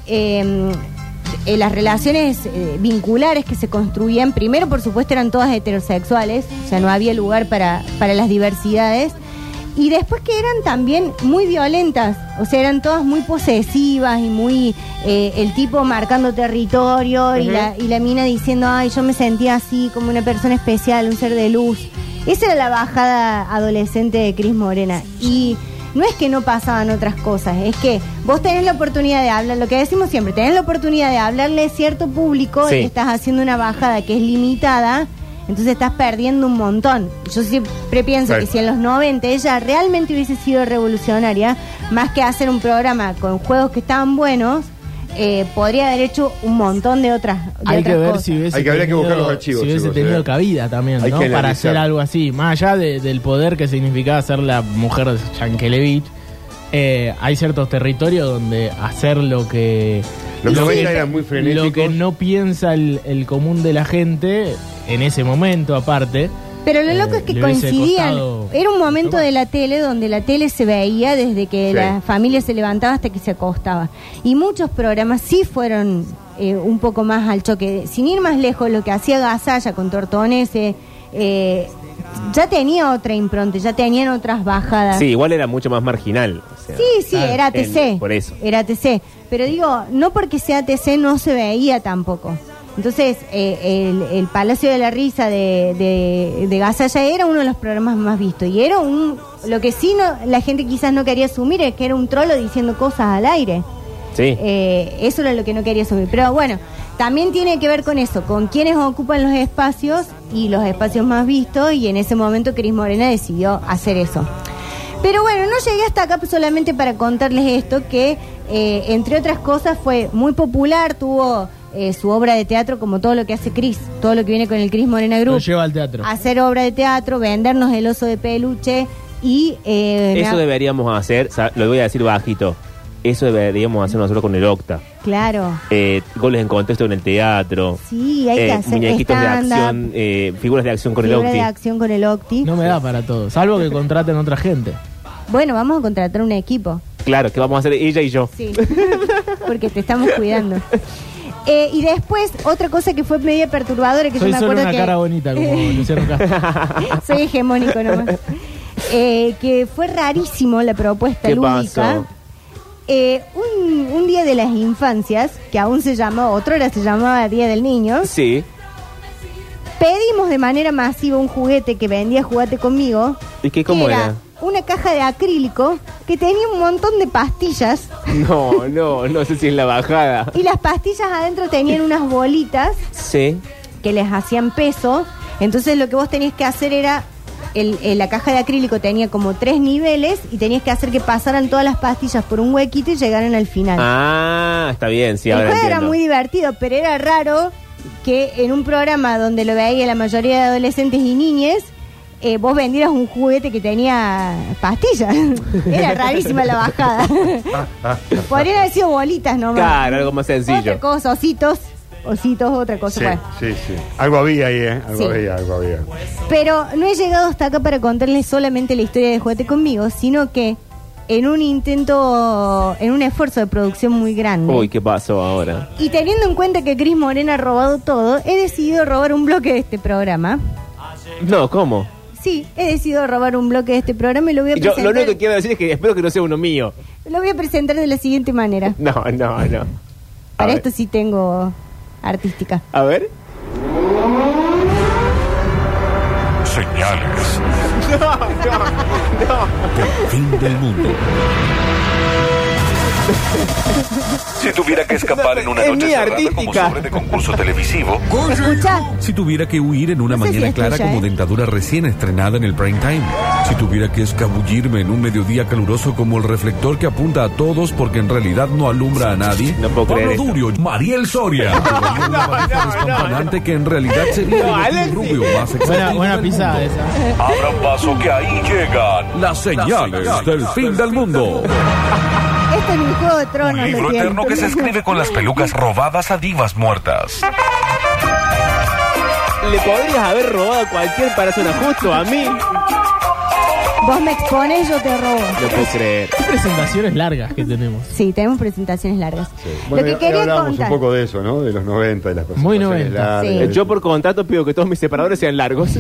Speaker 5: eh, eh, las relaciones eh, vinculares que se construían, primero por supuesto eran todas heterosexuales, o sea, no había lugar para, para las diversidades. Y después que eran también muy violentas, o sea, eran todas muy posesivas y muy eh, el tipo marcando territorio y, la, y la mina diciendo, ay, yo me sentía así como una persona especial, un ser de luz. Esa era la bajada adolescente de Cris Morena. Y no es que no pasaban otras cosas, es que vos tenés la oportunidad de hablar, lo que decimos siempre, tenés la oportunidad de hablarle a cierto público
Speaker 3: Sí.
Speaker 5: y estás haciendo una bajada que es limitada, entonces estás perdiendo un montón. Yo siempre pienso
Speaker 4: Claro.
Speaker 5: que si en los 90 ella realmente hubiese sido revolucionaria, más que hacer un programa con juegos que estaban buenos, eh, podría haber hecho un montón de otras. de
Speaker 2: Hay que
Speaker 5: otras
Speaker 2: ver
Speaker 5: cosas.
Speaker 2: si hubiese
Speaker 4: Hay que- habría que
Speaker 2: tenido,
Speaker 4: buscar los archivos,
Speaker 2: si hubiese
Speaker 4: chicos,
Speaker 2: tenido
Speaker 4: eh.
Speaker 2: cabida también,
Speaker 4: Hay
Speaker 2: ¿no?
Speaker 4: que
Speaker 2: Para
Speaker 4: analizar.
Speaker 2: hacer algo así. Más allá de- del poder que significaba ser la mujer de Yankelevich, eh, hay ciertos territorios donde hacer lo que...
Speaker 4: Los
Speaker 2: lo
Speaker 4: 90
Speaker 2: que-
Speaker 4: eran muy
Speaker 2: Lo que
Speaker 4: frenéticos.
Speaker 2: no piensa el, el común de la gente, en ese momento aparte...
Speaker 5: Pero lo
Speaker 2: eh,
Speaker 5: loco es que
Speaker 2: le hubiese
Speaker 5: coincidían.
Speaker 2: costado
Speaker 5: Era un momento
Speaker 2: mucho
Speaker 5: de la tele donde la tele se veía desde que
Speaker 4: Sí.
Speaker 5: la familia se levantaba hasta que se acostaba. Y muchos programas sí fueron eh, un poco más al choque. Sin ir más lejos, lo que hacía Gasalla con Tortones eh, ya tenía otra impronta, ya tenían otras bajadas.
Speaker 3: Sí, igual era mucho más marginal. o sea.
Speaker 5: Sí, sí,
Speaker 2: Claro.
Speaker 5: era TC.
Speaker 3: En- por eso.
Speaker 5: Era TC. Pero digo, no porque sea TC no se veía tampoco. Entonces, eh, el, el Palacio de la Risa de, de, de Gasalla era uno de los programas más vistos. Y era un. Lo que sí no, la gente quizás no quería asumir es que era un trolo diciendo cosas al aire.
Speaker 3: Sí.
Speaker 5: Eh, eso era lo que no quería asumir. Pero bueno, también tiene que ver con eso, con quienes ocupan los espacios y los espacios más vistos. Y en ese momento Cris Morena decidió hacer eso. Pero bueno, no llegué hasta acá solamente para contarles esto, que eh, entre otras cosas fue muy popular, tuvo eh, su obra de teatro como todo lo que hace Cris, todo lo que viene con el Cris Morena
Speaker 2: Lo
Speaker 5: Group.
Speaker 2: lleva al teatro.
Speaker 5: Hacer obra de teatro, vendernos el oso de peluche y... eh,
Speaker 3: Eso
Speaker 5: me-
Speaker 3: deberíamos hacer, sa- lo voy a decir bajito. Eso deberíamos hacer nosotros con el Octa.
Speaker 5: Claro.
Speaker 3: Eh, goles en contexto en el teatro.
Speaker 5: Sí, hay que
Speaker 3: eh,
Speaker 5: hacer
Speaker 3: muñequitos de
Speaker 5: stand-up.
Speaker 3: acción, eh, figuras de acción con el
Speaker 5: Figura
Speaker 3: Octi.
Speaker 5: de acción con el Octi.
Speaker 2: No me da para todo, salvo que contraten otra gente.
Speaker 5: Bueno, vamos a contratar un equipo.
Speaker 3: Claro, que vamos a hacer ella y yo.
Speaker 5: Sí. Porque te estamos cuidando. Eh, y después, otra cosa que fue medio perturbadora, que
Speaker 2: Soy
Speaker 5: yo me
Speaker 2: solo
Speaker 5: acuerdo
Speaker 2: una
Speaker 5: que...
Speaker 2: cara bonita como Luciano Castro.
Speaker 5: Soy hegemónico nomás. Eh, que fue rarísimo la propuesta
Speaker 3: ¿Qué
Speaker 5: lúdica.
Speaker 3: pasó?
Speaker 5: Eh, un, un día de las infancias, que aún se llama, otro hora se llamaba Día del Niño,
Speaker 3: Sí.
Speaker 5: pedimos de manera masiva un juguete que vendía Jugate conmigo.
Speaker 3: ¿Y qué, cómo
Speaker 5: que
Speaker 3: era?
Speaker 5: Una caja de acrílico que tenía un montón de pastillas.
Speaker 3: No, no, no sé si es la bajada.
Speaker 5: Y las pastillas adentro tenían unas bolitas
Speaker 3: Sí.
Speaker 5: que les hacían peso. Entonces lo que vos tenías que hacer era, el- el- la caja de acrílico tenía como tres niveles y tenías que hacer que pasaran todas las pastillas por un huequito y llegaran al final.
Speaker 3: Ah, está bien, sí,
Speaker 5: el
Speaker 3: ahora
Speaker 5: juego era
Speaker 3: entiendo.
Speaker 5: muy divertido, pero era raro que en un programa donde lo veía la mayoría de adolescentes y niñes, eh, vos vendieras un juguete que tenía pastillas. era rarísima la bajada. Podrían haber sido bolitas nomás.
Speaker 3: Claro, algo más sencillo.
Speaker 5: Otra cosa, ositos. Ositos, otra cosa.
Speaker 4: Sí,
Speaker 5: bueno.
Speaker 4: sí, sí. Algo había ahí, ¿eh? Algo
Speaker 5: Sí.
Speaker 4: había, algo había.
Speaker 5: Pero no he llegado hasta acá para contarles solamente la historia de Juguete conmigo, sino que en un intento, en un esfuerzo de producción muy grande.
Speaker 3: Uy, ¿qué pasó ahora?
Speaker 5: Y teniendo en cuenta que Cris Morena ha robado todo, he decidido robar un bloque de este programa.
Speaker 3: No, ¿cómo?
Speaker 5: Sí, he decidido robar un bloque de este programa y lo voy a
Speaker 3: Yo
Speaker 5: presentar,
Speaker 3: lo único que quiero decir es que espero que no sea uno mío.
Speaker 5: lo voy a presentar de la siguiente manera.
Speaker 3: No, no, no. A
Speaker 5: Para
Speaker 3: ver.
Speaker 5: esto sí tengo artística.
Speaker 3: A ver.
Speaker 8: Señales. Del fin del mundo. Si tuviera que escapar en una
Speaker 3: Es
Speaker 8: noche
Speaker 3: mi
Speaker 8: cerrada como
Speaker 3: artística.
Speaker 8: sobre de concurso televisivo,
Speaker 5: Escucha,
Speaker 6: Si tuviera que huir en una
Speaker 5: No sé si
Speaker 6: mañana
Speaker 5: es
Speaker 6: clara
Speaker 5: tuya,
Speaker 6: como
Speaker 5: ¿eh?
Speaker 6: dentadura recién estrenada en el prime time. Si tuviera que escabullirme en un mediodía caluroso como el reflector que apunta a todos porque en realidad no alumbra a nadie.
Speaker 3: No puedo
Speaker 6: Pablo
Speaker 3: creer esto.
Speaker 6: Durio, Mariel Soria. Una pareja despampanante que en realidad sería
Speaker 3: No,
Speaker 6: el
Speaker 3: Alexis.
Speaker 6: rubio más
Speaker 2: Buena,
Speaker 6: excéntrico
Speaker 2: buena
Speaker 6: del mundo.
Speaker 2: pisada esa.
Speaker 8: abran paso que ahí llegan.
Speaker 6: Las señales, del fin del mundo.
Speaker 5: esto este es mi juego de tronos.
Speaker 8: Un
Speaker 5: lo
Speaker 8: libro
Speaker 5: siento.
Speaker 8: eterno que se escribe con las pelucas robadas a divas muertas.
Speaker 3: Le podrías haber robado cualquier persona justo a mí.
Speaker 5: Vos me expones, yo te robo.
Speaker 3: No puedo creer.
Speaker 2: Qué presentaciones largas que tenemos.
Speaker 5: Sí, tenemos presentaciones largas.
Speaker 4: Bueno,
Speaker 5: lo
Speaker 4: ya-
Speaker 5: que
Speaker 4: ya
Speaker 5: quería
Speaker 4: hablábamos
Speaker 5: contar.
Speaker 4: un poco de eso, ¿no? De los 90, de las cosas.
Speaker 2: Muy 90.
Speaker 5: Sí.
Speaker 3: Yo por contrato pido que todos mis separadores sean largos.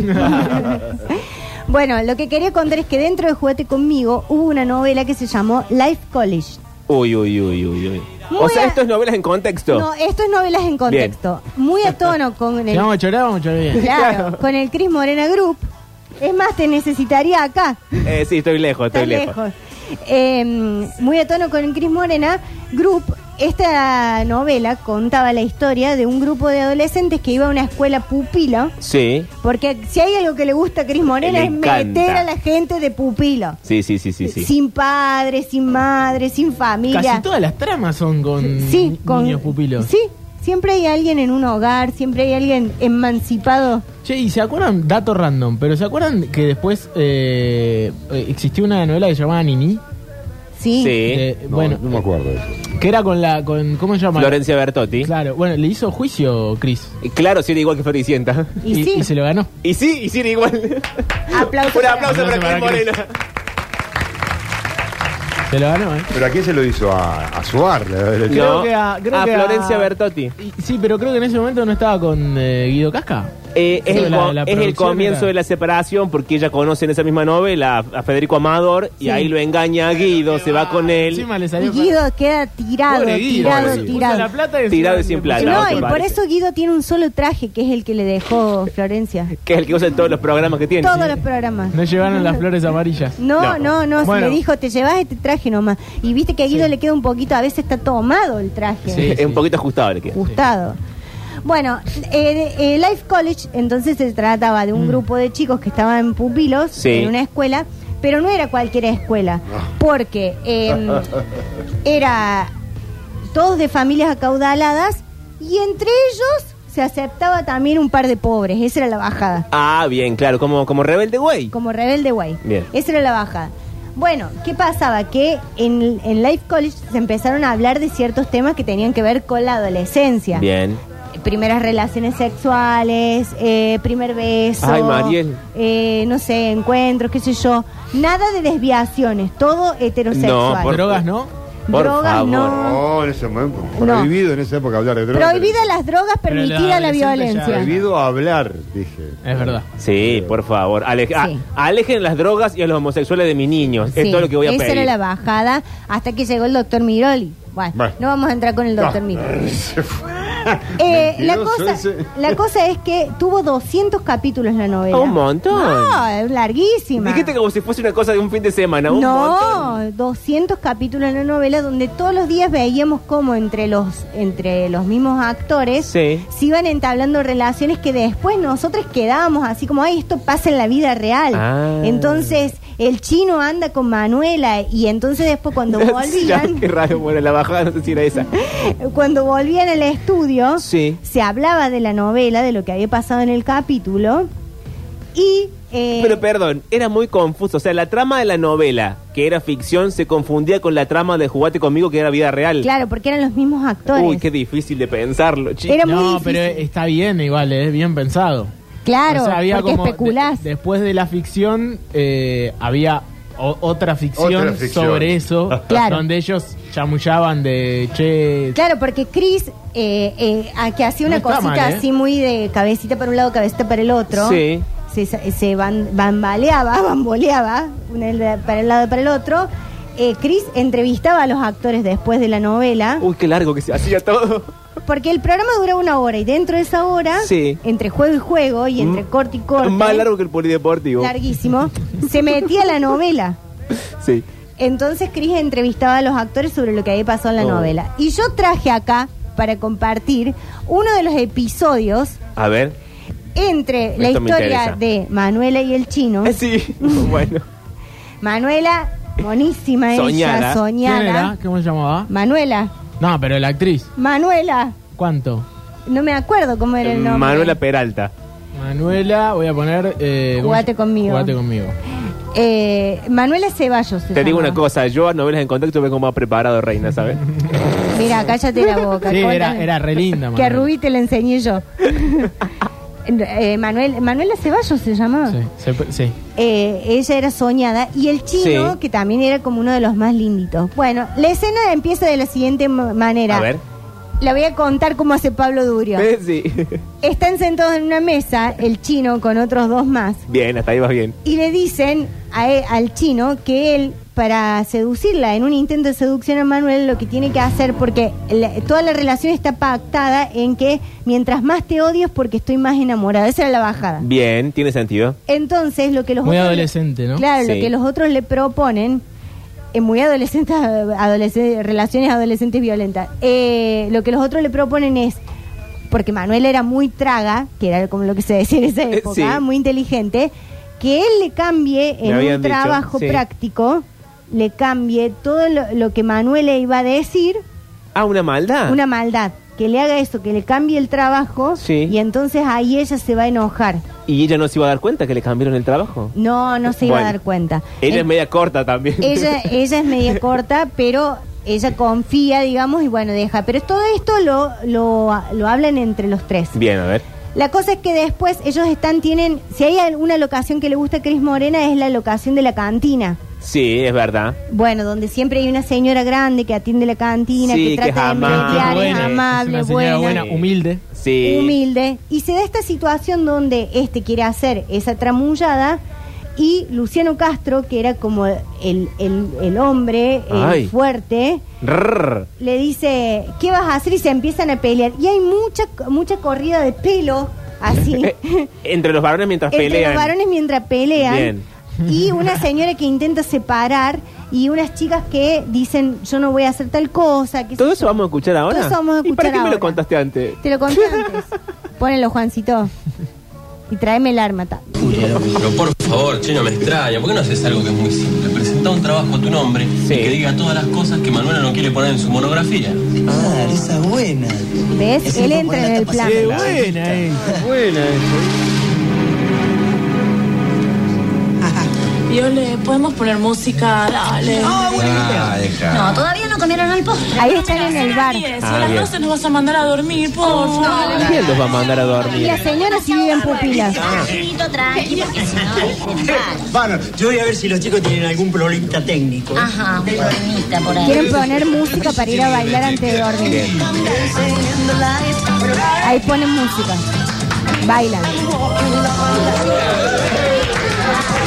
Speaker 5: Bueno, lo que quería contar es que dentro de Juguete conmigo hubo una novela que se llamó Life College.
Speaker 3: Uy, uy, uy, uy, uy. O
Speaker 5: Muy
Speaker 3: sea,
Speaker 5: a-
Speaker 3: esto es novelas en contexto.
Speaker 5: No, esto es novelas en contexto. Muy a tono con
Speaker 2: Si vamos a
Speaker 5: el,
Speaker 2: chorar, vamos a chorar bien.
Speaker 5: claro, con el Cris Morena Group. Es más, te necesitaría acá.
Speaker 3: Eh, sí, estoy lejos, estoy
Speaker 5: Está
Speaker 3: lejos.
Speaker 5: lejos. Eh, muy a tono con el Cris Morena, Group, esta novela contaba la historia de un grupo de adolescentes que iba a una escuela pupila,
Speaker 3: Sí,
Speaker 5: porque si hay algo que le gusta a Cris Morena
Speaker 3: Le
Speaker 5: es
Speaker 3: encanta.
Speaker 5: meter a la gente de pupilo.
Speaker 3: sí, sí, sí, sí. sí.
Speaker 5: Sin padre, sin madre, sin familia.
Speaker 2: Casi todas las tramas son con,
Speaker 5: sí, con
Speaker 2: niños pupilos.
Speaker 5: Sí, siempre hay alguien en un hogar, siempre hay alguien emancipado.
Speaker 2: Che, ¿y se acuerdan? Dato random, pero ¿se acuerdan que después eh, eh, existió una novela que se llamaba Nini?
Speaker 5: Sí.
Speaker 3: Sí.
Speaker 2: Eh,
Speaker 4: No,
Speaker 2: bueno,
Speaker 4: no me acuerdo de eso.
Speaker 2: que era con la. Con, ¿Cómo se llama?
Speaker 3: Florencia Bertotti.
Speaker 2: Claro, bueno, le hizo juicio Chris.
Speaker 3: Y Eh, Claro, sí era igual que Floricienta.
Speaker 5: Y, sí,
Speaker 2: se lo ganó.
Speaker 3: Y sí, y sí era igual.
Speaker 5: aplauso.
Speaker 3: Un
Speaker 5: para-
Speaker 3: aplauso para Cris Moreno.
Speaker 2: Se lo ganó, ¿eh?
Speaker 4: Pero ¿a quién se lo hizo? A, a Suar. la- la- la-
Speaker 3: No.
Speaker 2: Creo que a, creo
Speaker 3: a
Speaker 2: que
Speaker 3: Florencia Bertotti.
Speaker 2: Y- sí, pero creo que en ese momento no estaba con eh, Guido Casca.
Speaker 3: Eh, es,
Speaker 2: Sí,
Speaker 3: el,
Speaker 2: la-
Speaker 3: co-
Speaker 2: la
Speaker 3: es el
Speaker 2: producción
Speaker 3: comienzo
Speaker 2: era-
Speaker 3: de la separación porque ella conoce en esa misma novela a, a Federico Amador y ahí lo engaña a Guido, se va con él.
Speaker 2: Encima le
Speaker 5: Y
Speaker 2: salió
Speaker 5: Guido queda tirado,
Speaker 2: Pobre Guido,
Speaker 5: tirado,
Speaker 2: pobre Guido.
Speaker 5: tirado.
Speaker 2: Puso la plata y
Speaker 3: Tirado y
Speaker 2: encima-
Speaker 3: sin plata.
Speaker 5: No,
Speaker 3: ¿no?
Speaker 5: y por
Speaker 3: Parece.
Speaker 5: eso Guido tiene un solo traje, que es el que le dejó Florencia.
Speaker 3: Que es el que usa en todos los programas que tiene.
Speaker 5: Todos los programas.
Speaker 2: No llevaron las flores amarillas.
Speaker 5: No, no, no, se
Speaker 2: Bueno.
Speaker 5: le dijo, te llevas este traje nomás. Y viste que a Guido le queda un poquito, a veces está tomado el traje,
Speaker 2: Sí.
Speaker 3: es un poquito ajustado le queda.
Speaker 5: ajustado. Bueno, eh, eh, Life College entonces se trataba de un grupo de chicos que estaban
Speaker 3: Mm.
Speaker 5: pupilos
Speaker 3: Sí. Ah.
Speaker 5: en una escuela, pero no era cualquier escuela, porque eh, era todos de familias acaudaladas y entre ellos se aceptaba también un par de pobres, esa era la bajada.
Speaker 3: Ah, bien, claro, como, como rebelde güey.
Speaker 5: Como rebelde guay.
Speaker 3: Bien.
Speaker 5: Esa era la baja. Bueno, ¿qué pasaba? Que en, en Life College se empezaron a hablar de ciertos temas que tenían que ver con la adolescencia.
Speaker 3: Bien.
Speaker 5: Primeras relaciones sexuales, eh, primer beso.
Speaker 3: Ay, Mariel.
Speaker 5: eh, no sé, encuentros, qué sé yo. Nada de desviaciones, todo heterosexual.
Speaker 3: No, por-
Speaker 2: Drogas, ¿no?
Speaker 3: por
Speaker 5: Drogas
Speaker 3: favor.
Speaker 5: no.
Speaker 4: No, Oh, en ese momento.
Speaker 5: No.
Speaker 4: Prohibido en esa época hablar de drogas.
Speaker 5: Prohibidas las drogas,
Speaker 2: Pero los
Speaker 5: permitida la
Speaker 2: adolescentes ya-
Speaker 5: violencia.
Speaker 4: Prohibido hablar, dije.
Speaker 2: Es verdad.
Speaker 3: Sí, por favor. ale- a-
Speaker 5: Sí.
Speaker 3: alejen las drogas y a los homosexuales de mis niños.
Speaker 5: Sí,
Speaker 3: es todo lo que voy a
Speaker 5: esa
Speaker 3: pedir.
Speaker 5: era la bajada hasta que llegó el doctor Miroli. Bueno,
Speaker 4: Bueno.
Speaker 5: no vamos a entrar con el doctor
Speaker 3: Ah.
Speaker 5: Miroli.
Speaker 4: Ah, Se fue.
Speaker 5: Eh, la,
Speaker 4: Mentiroso
Speaker 5: cosa,
Speaker 4: ese.
Speaker 5: la cosa es que tuvo 200 capítulos la novela.
Speaker 3: Ah, un montón.
Speaker 5: No, es larguísima.
Speaker 3: Dijiste como si fuese una cosa de un fin de semana. Un montón.
Speaker 5: no, 200 capítulos en la novela donde todos los días veíamos cómo entre los entre los mismos actores
Speaker 3: Sí.
Speaker 5: se iban entablando relaciones que después nosotros quedábamos así como, ay, esto pasa en la vida real.
Speaker 3: Ah.
Speaker 5: Entonces, el chino anda con Manuela y entonces después cuando
Speaker 3: Ya,
Speaker 5: volvían...
Speaker 3: qué raro, bueno, la bajada no sé si era esa.
Speaker 5: Cuando volvían al estudio,
Speaker 3: Sí.
Speaker 5: se hablaba de la novela, de lo que había pasado en el capítulo. Y. eh,
Speaker 3: Pero perdón, era muy confuso. O sea, la trama de la novela, que era ficción, se confundía con la trama de Jugate conmigo, que era vida real.
Speaker 5: claro, porque eran los mismos actores.
Speaker 3: Uy, qué difícil de pensarlo, chicos.
Speaker 5: Era muy
Speaker 2: No,
Speaker 5: difícil.
Speaker 2: pero está bien igual, es bien pensado.
Speaker 5: Claro,
Speaker 2: O sea, había
Speaker 5: porque
Speaker 2: como
Speaker 5: especulás.
Speaker 2: de- después de la ficción eh, había o- otra, ficción
Speaker 4: Otra ficción.
Speaker 2: sobre eso,
Speaker 5: Claro.
Speaker 2: donde ellos chamullaban de che.
Speaker 5: Claro, porque Chris, eh, eh, a- que hacía una
Speaker 2: No está
Speaker 5: cosita
Speaker 2: mal, ¿eh?
Speaker 5: así muy de cabecita para un lado, cabecita para el otro.
Speaker 3: Sí.
Speaker 5: Se, sa- se ban- bambaleaba, bamboleaba, una el- para el lado y para el otro. Eh, Chris entrevistaba a los actores después de la novela.
Speaker 3: Uy, qué largo que se hacía todo.
Speaker 5: Porque el programa dura una hora y dentro de esa hora,
Speaker 3: Uh. Sí. Mm.
Speaker 5: entre juego y juego y entre corte y corte,
Speaker 3: Más largo que el polideportivo.
Speaker 5: larguísimo, se metía la novela.
Speaker 3: Sí.
Speaker 5: Entonces Cris entrevistaba a los actores sobre lo que había pasado en la
Speaker 3: Oh.
Speaker 5: novela. Y yo traje acá para compartir uno de los episodios
Speaker 3: A ver.
Speaker 5: entre la
Speaker 3: Esto me
Speaker 5: historia
Speaker 3: interesa.
Speaker 5: de Manuela y el chino.
Speaker 3: Eh, Sí, bueno.
Speaker 5: Manuela, monísima ella,
Speaker 3: Soñada.
Speaker 5: soñada.
Speaker 2: ¿Quién era? ¿Cómo se llamaba?
Speaker 5: Manuela,
Speaker 2: No, pero la actriz.
Speaker 5: Manuela,
Speaker 2: ¿Cuánto?
Speaker 5: no me acuerdo cómo era el nombre.
Speaker 3: Manuela Peralta.
Speaker 2: Manuela, voy a poner. Eh, ¿cómo
Speaker 5: Jugate
Speaker 2: se-
Speaker 5: conmigo.
Speaker 2: Jugate conmigo.
Speaker 5: Eh, Manuela Ceballos. se
Speaker 3: Te digo
Speaker 5: llamaba.
Speaker 3: una cosa, yo a novelas en contacto vengo más preparado, reina, ¿sabes?
Speaker 5: Mira, cállate la boca.
Speaker 2: Sí, era,
Speaker 5: Cuéntame.
Speaker 2: era re linda,
Speaker 5: Que a
Speaker 2: Manuela.
Speaker 5: Rubí te la enseñé yo. Eh, Manuel, Manuela Ceballos se llamaba.
Speaker 2: Sí, se- sí.
Speaker 5: Eh, ella era soñada y el chino,
Speaker 3: Sí.
Speaker 5: que también era como uno de los más linditos. Bueno, la escena empieza de la siguiente ma- manera.
Speaker 3: A ver.
Speaker 5: La voy a contar cómo hace Pablo Durio.
Speaker 3: Eh, Sí.
Speaker 5: Están sentados en una mesa, el chino con otros dos más,
Speaker 3: Bien, hasta ahí vas bien.
Speaker 5: y le dicen a e- al chino que él, para seducirla, en un intento de seducción a Manuel, lo que tiene que hacer, porque la- toda la relación está pactada en que mientras más te odio es porque estoy más enamorada. Esa era la bajada.
Speaker 3: Bien, tiene sentido.
Speaker 5: Entonces, lo que los
Speaker 2: Muy
Speaker 5: otros-
Speaker 2: adolescente, ¿no?
Speaker 5: Claro,
Speaker 3: Sí.
Speaker 5: lo que los otros le proponen, eh, muy adolescentes, adolesc- relaciones adolescentes violentas, eh, lo que los otros le proponen es, porque Manuel era muy traga, que era como lo que se decía en esa
Speaker 3: Eh,
Speaker 5: época,
Speaker 3: sí.
Speaker 5: muy inteligente, que él le cambie
Speaker 3: Me
Speaker 5: en
Speaker 3: habían
Speaker 5: un
Speaker 3: dicho,
Speaker 5: trabajo
Speaker 3: sí.
Speaker 5: práctico, le cambie todo lo, lo que Manuel le iba a decir,
Speaker 3: Ah, una maldad.
Speaker 5: una maldad. Que le haga eso, que le cambie el trabajo
Speaker 3: Sí.
Speaker 5: y entonces ahí ella se va a enojar.
Speaker 3: Y ella no se iba a dar cuenta que le cambiaron el trabajo.
Speaker 5: No, no se iba
Speaker 3: Bueno.
Speaker 5: a dar cuenta.
Speaker 3: Ella
Speaker 5: En-
Speaker 3: es media corta también.
Speaker 5: Eh, ella, ella es media corta, pero ella confía, digamos, y bueno, deja. Pero todo esto lo, lo, lo hablan entre los tres.
Speaker 3: Bien, a ver.
Speaker 5: La cosa es que después ellos están, tienen, si hay alguna locación que le gusta a Cris Morena, es la locación de la cantina.
Speaker 3: Sí, es verdad.
Speaker 5: Bueno, donde siempre hay una señora grande que atiende la cantina,
Speaker 3: Sí,
Speaker 5: que
Speaker 3: que es
Speaker 5: trata de
Speaker 3: amable.
Speaker 5: mediar, es amable,
Speaker 2: es una señora
Speaker 5: buena.
Speaker 2: buena, humilde.
Speaker 3: Sí.
Speaker 5: humilde y se da esta situación donde este quiere hacer esa tramullada y Luciano Castro, que era como el, el- el hombre el
Speaker 3: Ay.
Speaker 5: fuerte,
Speaker 3: Rrr.
Speaker 5: le dice, ¿qué vas a hacer? Y se empiezan a pelear. Y hay mucha, mucha corrida de pelo, así,
Speaker 3: Eh, Entre los varones mientras
Speaker 5: entre
Speaker 3: pelean.
Speaker 5: los varones mientras pelean.
Speaker 3: Bien.
Speaker 5: Y una señora que intenta separar y unas chicas que dicen, yo no voy a hacer tal cosa. Que
Speaker 3: ¿Todo eso vamos a escuchar ahora?
Speaker 5: Todo eso vamos a
Speaker 3: ¿Y para
Speaker 5: escuchar
Speaker 3: qué me lo
Speaker 5: ahora.
Speaker 3: contaste antes?
Speaker 5: Te lo conté antes. Ponelo, Juancito. Y tráeme el arma. ta.
Speaker 9: Pero por favor, che, no me extraña, porque no haces algo que es muy simple. Presenta un trabajo a tu nombre
Speaker 3: Sí.
Speaker 9: y que diga todas las cosas que Manuela no quiere poner en su monografía.
Speaker 1: Claro, Ah, esa es buena.
Speaker 5: ¿Ves?
Speaker 1: Es
Speaker 5: Él
Speaker 1: una
Speaker 5: entra en
Speaker 1: buena
Speaker 5: el plan.
Speaker 1: capacidad.
Speaker 2: buena eh.
Speaker 4: Buena eso.
Speaker 10: Viole, podemos poner música, dale.
Speaker 9: Ah, deja.
Speaker 10: todavía no comieron al postre.
Speaker 5: Ahí están en el bar.
Speaker 10: Si
Speaker 3: Ah,
Speaker 10: a las
Speaker 3: bien.
Speaker 10: 12 nos vas a mandar a dormir, por
Speaker 11: Oh,
Speaker 10: favor.
Speaker 3: ¿Quién los va a mandar a
Speaker 5: Ah. Y
Speaker 3: dormir?
Speaker 5: la señora sí vive en pupilas.
Speaker 10: Tranqui, porque si no,
Speaker 1: Bueno, yo voy a ver si los chicos tienen algún problemita técnico.
Speaker 10: Ajá, un problemita por
Speaker 5: Quieren poner música para ir a bailar antes de dormir. Ahí ponen música. Bailan.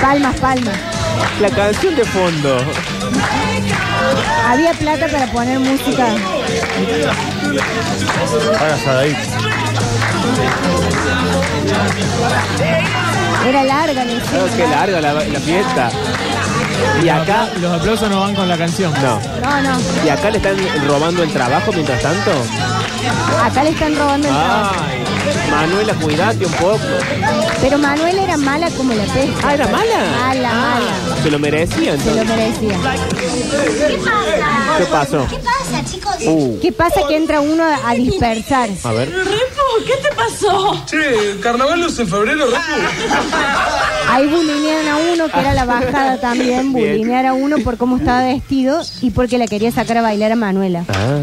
Speaker 5: Palmas, palmas.
Speaker 3: La canción de fondo.
Speaker 5: Había plata para poner música.
Speaker 4: Hagas ahí.
Speaker 5: Era larga la
Speaker 3: Claro, Oh, qué
Speaker 5: escena,
Speaker 3: larga la, la fiesta. Y
Speaker 2: Los
Speaker 3: acá.
Speaker 2: apla- Los aplausos no van con la canción.
Speaker 3: No.
Speaker 5: No, no.
Speaker 3: ¿Y acá le están robando el trabajo mientras tanto?
Speaker 5: Acá le están robando
Speaker 3: Ah.
Speaker 5: el trabajo.
Speaker 3: Ay. Manuela, cuidate un poco.
Speaker 5: Pero Manuel era mala como la peste.
Speaker 3: Ah, ¿era mala?
Speaker 5: Mala,
Speaker 3: Ah,
Speaker 5: mala.
Speaker 3: Se lo merecía
Speaker 5: Se lo
Speaker 3: entonces.
Speaker 5: merecía.
Speaker 10: ¿Qué pasa?
Speaker 3: ¿Qué pasó?
Speaker 10: pasa, chicos?
Speaker 3: Uh,
Speaker 5: ¿Qué pasa que entra uno a, a dispersar?
Speaker 3: a ver.
Speaker 10: Repo, ¿qué te pasó?
Speaker 9: Che, carnaval en febrero,
Speaker 5: Ahí bulinearon a uno, que era la bajada también,
Speaker 3: Bien.
Speaker 5: bulinear a uno por cómo estaba vestido y porque la quería sacar a bailar a Manuela.
Speaker 3: Ah.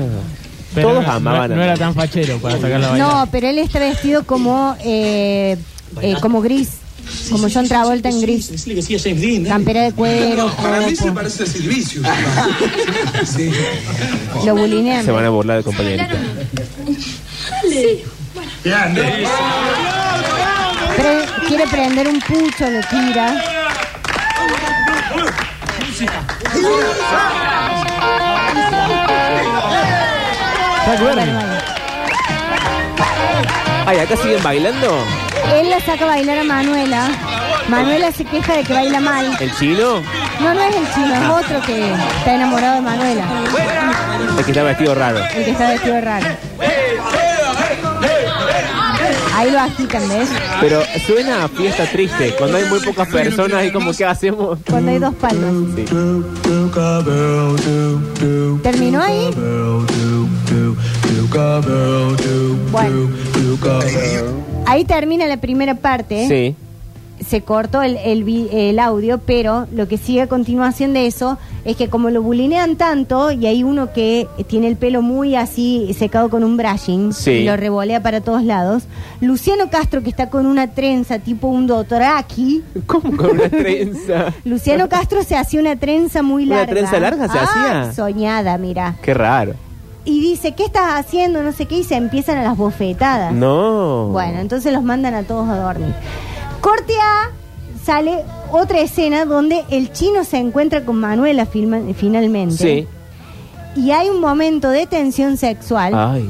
Speaker 2: Pero
Speaker 3: Todos
Speaker 2: no-
Speaker 3: amaban.
Speaker 2: No,
Speaker 3: a
Speaker 2: no era
Speaker 3: Manuela.
Speaker 2: tan fachero para sacar la bailada.
Speaker 5: No, pero él está vestido como eh, eh, como gris, como John Travolta en gris. Campera de cuero, jopo.
Speaker 9: parece Silvicio.
Speaker 5: lo
Speaker 3: Se van
Speaker 5: bulinean.
Speaker 3: a burlar de compañerito.
Speaker 5: Pre- quiere prender un pucho, lo tira.
Speaker 2: Jack Bernie.
Speaker 3: Ay, acá siguen bailando.
Speaker 5: Él la saca a bailar a Manuela. Manuela se queja de que baila mal.
Speaker 3: El chino,
Speaker 5: No, no es el chino, es otro que está enamorado de Manuela,
Speaker 3: el que está vestido raro.
Speaker 5: el que está vestido raro. Ahí lo agitan, ¿ves?
Speaker 3: Pero suena a fiesta triste. Cuando hay muy pocas personas y como que hacemos.
Speaker 5: Cuando hay dos palmas.
Speaker 3: Sí.
Speaker 5: ¿Terminó ahí? Bueno. Ahí termina la primera parte.
Speaker 3: Sí.
Speaker 5: Se cortó el, el vi- el audio, pero lo que sigue a continuación de eso es que como lo bulinean tanto y hay uno que tiene el pelo muy así secado con un brushing
Speaker 3: Sí.
Speaker 5: y lo revolea para todos lados, Luciano Castro que está con una trenza tipo un dotoraki,
Speaker 3: ¿Cómo con una trenza?
Speaker 5: Luciano Castro se hacía una trenza muy
Speaker 3: ¿Una
Speaker 5: larga.
Speaker 3: trenza larga se
Speaker 5: Ah,
Speaker 3: hacía?
Speaker 5: Soñada, mira.
Speaker 3: Qué raro.
Speaker 5: y dice, ¿qué estás haciendo? No sé qué, y se empiezan a las bofetadas.
Speaker 3: No.
Speaker 5: Bueno, entonces los mandan a todos a dormir. Corte A, sale otra escena donde el chino se encuentra con Manuela filma- finalmente.
Speaker 3: Sí.
Speaker 5: Y hay un momento de tensión sexual
Speaker 3: Ay.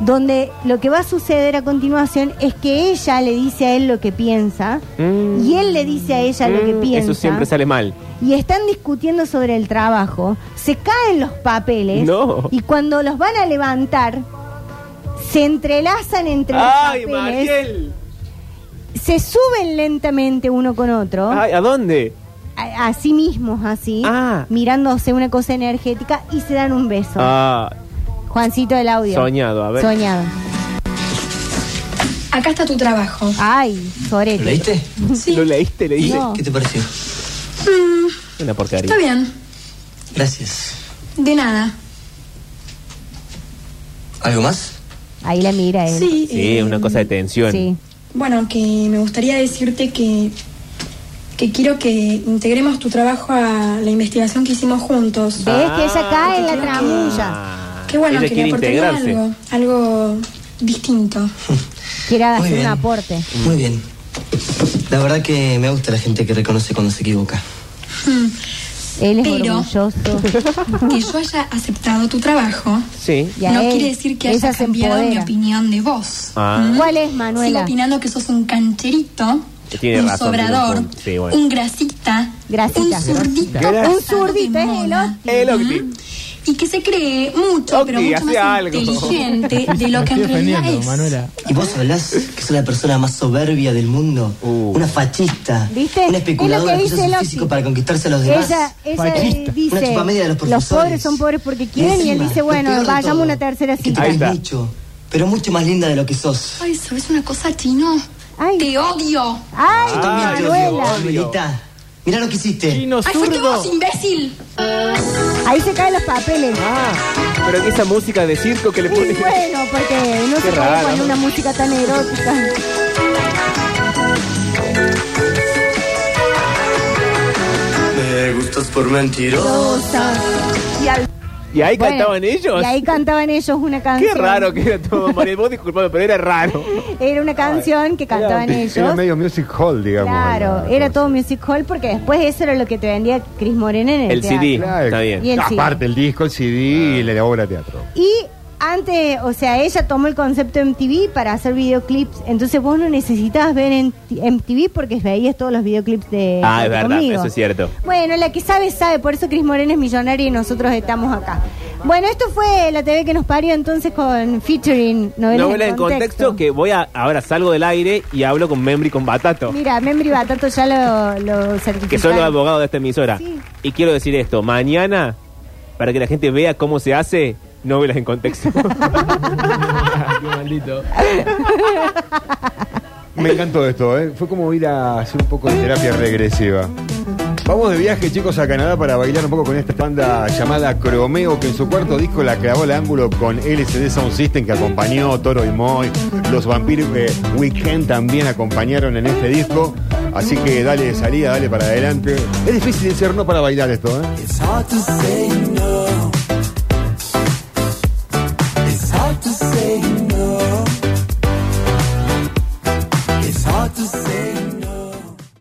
Speaker 5: donde lo que va a suceder a continuación es que ella le dice a él lo que piensa
Speaker 3: Mm.
Speaker 5: y él le dice a ella lo que
Speaker 3: Mm,
Speaker 5: piensa.
Speaker 3: Eso siempre sale mal.
Speaker 5: Y están discutiendo sobre el trabajo, se caen los papeles
Speaker 3: No.
Speaker 5: y cuando los van a levantar se entrelazan entre
Speaker 3: Ay,
Speaker 5: los papeles,
Speaker 3: Mariel.
Speaker 5: se suben lentamente uno con otro,
Speaker 3: Ay, ¿a dónde?
Speaker 5: a, a sí mismos así,
Speaker 3: Ah.
Speaker 5: mirándose una cosa energética y se dan un beso.
Speaker 3: Ah,
Speaker 5: Juancito del audio.
Speaker 3: soñado, a ver.
Speaker 5: Soñado.
Speaker 11: Acá está tu trabajo.
Speaker 5: Ay, Sorete.
Speaker 9: ¿Lo leíste?
Speaker 11: Sí.
Speaker 3: ¿Lo leíste? ¿Leí?
Speaker 9: ¿Y
Speaker 5: No.
Speaker 9: ¿Qué te pareció?
Speaker 11: Mm,
Speaker 3: Una porquería.
Speaker 11: está bien.
Speaker 9: Gracias.
Speaker 11: De nada.
Speaker 9: ¿Algo más?
Speaker 5: Ahí la mira él.
Speaker 11: Sí.
Speaker 3: Sí,
Speaker 11: eh,
Speaker 3: una cosa de tensión.
Speaker 5: Sí.
Speaker 11: Bueno, que me gustaría decirte que, que quiero que integremos tu trabajo a la investigación que hicimos juntos.
Speaker 5: ¿Ves que ella cae en la
Speaker 11: creo que-
Speaker 5: tramulla?
Speaker 11: Qué bueno
Speaker 3: Ah, Ella
Speaker 11: que
Speaker 3: quiere
Speaker 11: le aportaría
Speaker 3: integrarse.
Speaker 11: algo, algo distinto.
Speaker 5: Quiere
Speaker 9: Muy
Speaker 5: hacer un
Speaker 9: bien.
Speaker 5: aporte.
Speaker 9: Muy bien. La verdad que me gusta la gente que reconoce cuando se equivoca.
Speaker 5: Él es
Speaker 11: Pero-
Speaker 5: orgulloso.
Speaker 11: Que yo haya aceptado tu trabajo
Speaker 3: Sí.
Speaker 5: Y a
Speaker 11: no
Speaker 5: él,
Speaker 11: quiere decir que
Speaker 5: ella
Speaker 11: haya
Speaker 5: se
Speaker 11: cambiado mi
Speaker 5: empodera.
Speaker 11: opinión de vos.
Speaker 3: Ah.
Speaker 11: ¿Mm?
Speaker 5: ¿Cuál es,
Speaker 11: Sigo
Speaker 5: Manuela?
Speaker 11: opinando que sos un cancherito,
Speaker 3: Tiene
Speaker 11: un
Speaker 3: razón, tiene un
Speaker 11: sobrador,
Speaker 3: punto. Sí, bueno.
Speaker 11: un grasita,
Speaker 5: Grasita.
Speaker 11: un zurdito,
Speaker 3: Grasita.
Speaker 11: pasado
Speaker 5: Un zurdito,
Speaker 11: de
Speaker 5: es
Speaker 11: moda.
Speaker 5: el
Speaker 3: El Octi.
Speaker 11: y que se cree mucho,
Speaker 3: Octi,
Speaker 11: pero mucho
Speaker 3: hace
Speaker 11: más
Speaker 3: algo.
Speaker 11: inteligente de lo que
Speaker 2: Me estoy
Speaker 11: en realidad
Speaker 2: ofendiendo,
Speaker 11: es.
Speaker 2: Manuela.
Speaker 9: ¿Y vos hablás que sos la persona más soberbia del mundo?
Speaker 3: Uh.
Speaker 9: Una fachista.
Speaker 5: ¿Viste?
Speaker 9: Una especuladora
Speaker 5: Es lo que
Speaker 9: que usa
Speaker 5: dice
Speaker 9: su
Speaker 5: Loki.
Speaker 9: físico para conquistarse a los demás.
Speaker 5: Ella, ella
Speaker 2: Fachista.
Speaker 9: Una
Speaker 5: dice,
Speaker 9: chupamedia de los
Speaker 5: los
Speaker 9: profesores.
Speaker 5: pobres son pobres porque quieren y él
Speaker 9: Encima,
Speaker 5: dice,
Speaker 9: lo
Speaker 5: bueno,
Speaker 9: peor de
Speaker 5: vayamos a
Speaker 9: todo,
Speaker 5: una tercera
Speaker 9: que te
Speaker 5: cita.
Speaker 3: Ahí
Speaker 9: crees
Speaker 3: está.
Speaker 9: mucho, pero mucho más linda de lo que sos.
Speaker 11: Ay, ¿sabes una cosa, chino?
Speaker 5: Ay.
Speaker 11: Te odio.
Speaker 5: Ay,
Speaker 3: Ah, Yo también te
Speaker 5: Manuela.
Speaker 9: Abuelita, mirá lo que hiciste.
Speaker 2: Chino
Speaker 11: Ay, fuiste vos,
Speaker 2: zurdo.
Speaker 11: imbécil.
Speaker 5: Ahí se caen los papeles.
Speaker 3: Ah, pero que esa música de circo que le
Speaker 5: Y
Speaker 3: pone.
Speaker 5: bueno, porque no
Speaker 3: Qué
Speaker 5: se puede
Speaker 3: raro.
Speaker 5: poner una música tan erótica.
Speaker 9: Me gustas por mentiroso.
Speaker 3: Y ahí
Speaker 5: Bueno,
Speaker 3: cantaban ellos.
Speaker 5: Y ahí cantaban ellos una
Speaker 3: Qué
Speaker 5: canción.
Speaker 3: raro que era todo, María. Vos disculpame, pero era raro.
Speaker 5: Era una canción que cantaban
Speaker 4: Era
Speaker 5: ellos.
Speaker 4: medio music hall, digamos.
Speaker 5: Claro,
Speaker 4: la
Speaker 5: era
Speaker 4: cosa.
Speaker 5: todo music hall porque después eso era lo que te vendía Cris Morena en el,
Speaker 3: El
Speaker 5: teatro.
Speaker 3: CD.
Speaker 4: Claro.
Speaker 3: Está bien.
Speaker 5: Y el CD.
Speaker 4: Aparte el disco, el CD y la obra de teatro.
Speaker 5: Y antes, o sea, ella tomó el concepto MTV para hacer videoclips. Entonces vos no necesitabas ver en MTV porque veías todos los videoclips de.
Speaker 3: Ah, es
Speaker 5: de
Speaker 3: verdad,
Speaker 5: conmigo.
Speaker 3: eso es cierto.
Speaker 5: Bueno, la que sabe, sabe. Por eso Cris Morena es millonaria y nosotros estamos acá. Bueno, esto fue la TV que nos parió entonces con featuring novela,
Speaker 3: Novela en contexto que voy a. Ahora salgo del aire y hablo con Membri con Batato,
Speaker 5: Mira, Membri Batato ya lo, lo certificaron.
Speaker 3: que son los abogados de esta emisora.
Speaker 5: Sí.
Speaker 3: Y quiero decir esto: mañana, para que la gente vea cómo se hace, novelas en contexto.
Speaker 2: Qué maldito.
Speaker 4: Me encantó esto, ¿eh? Fue como ir a hacer un poco de terapia regresiva. Vamos de viaje, chicos, a Canadá para bailar un poco con esta banda llamada Cromeo, que en su cuarto disco la clavó el ángulo con LCD Sound System, que acompañó Toro y Moy. Los Vampires eh, Weekend también acompañaron en este disco. Así que dale salida, dale para adelante. Es difícil decir no para bailar esto, ¿eh?
Speaker 7: It's hard to say no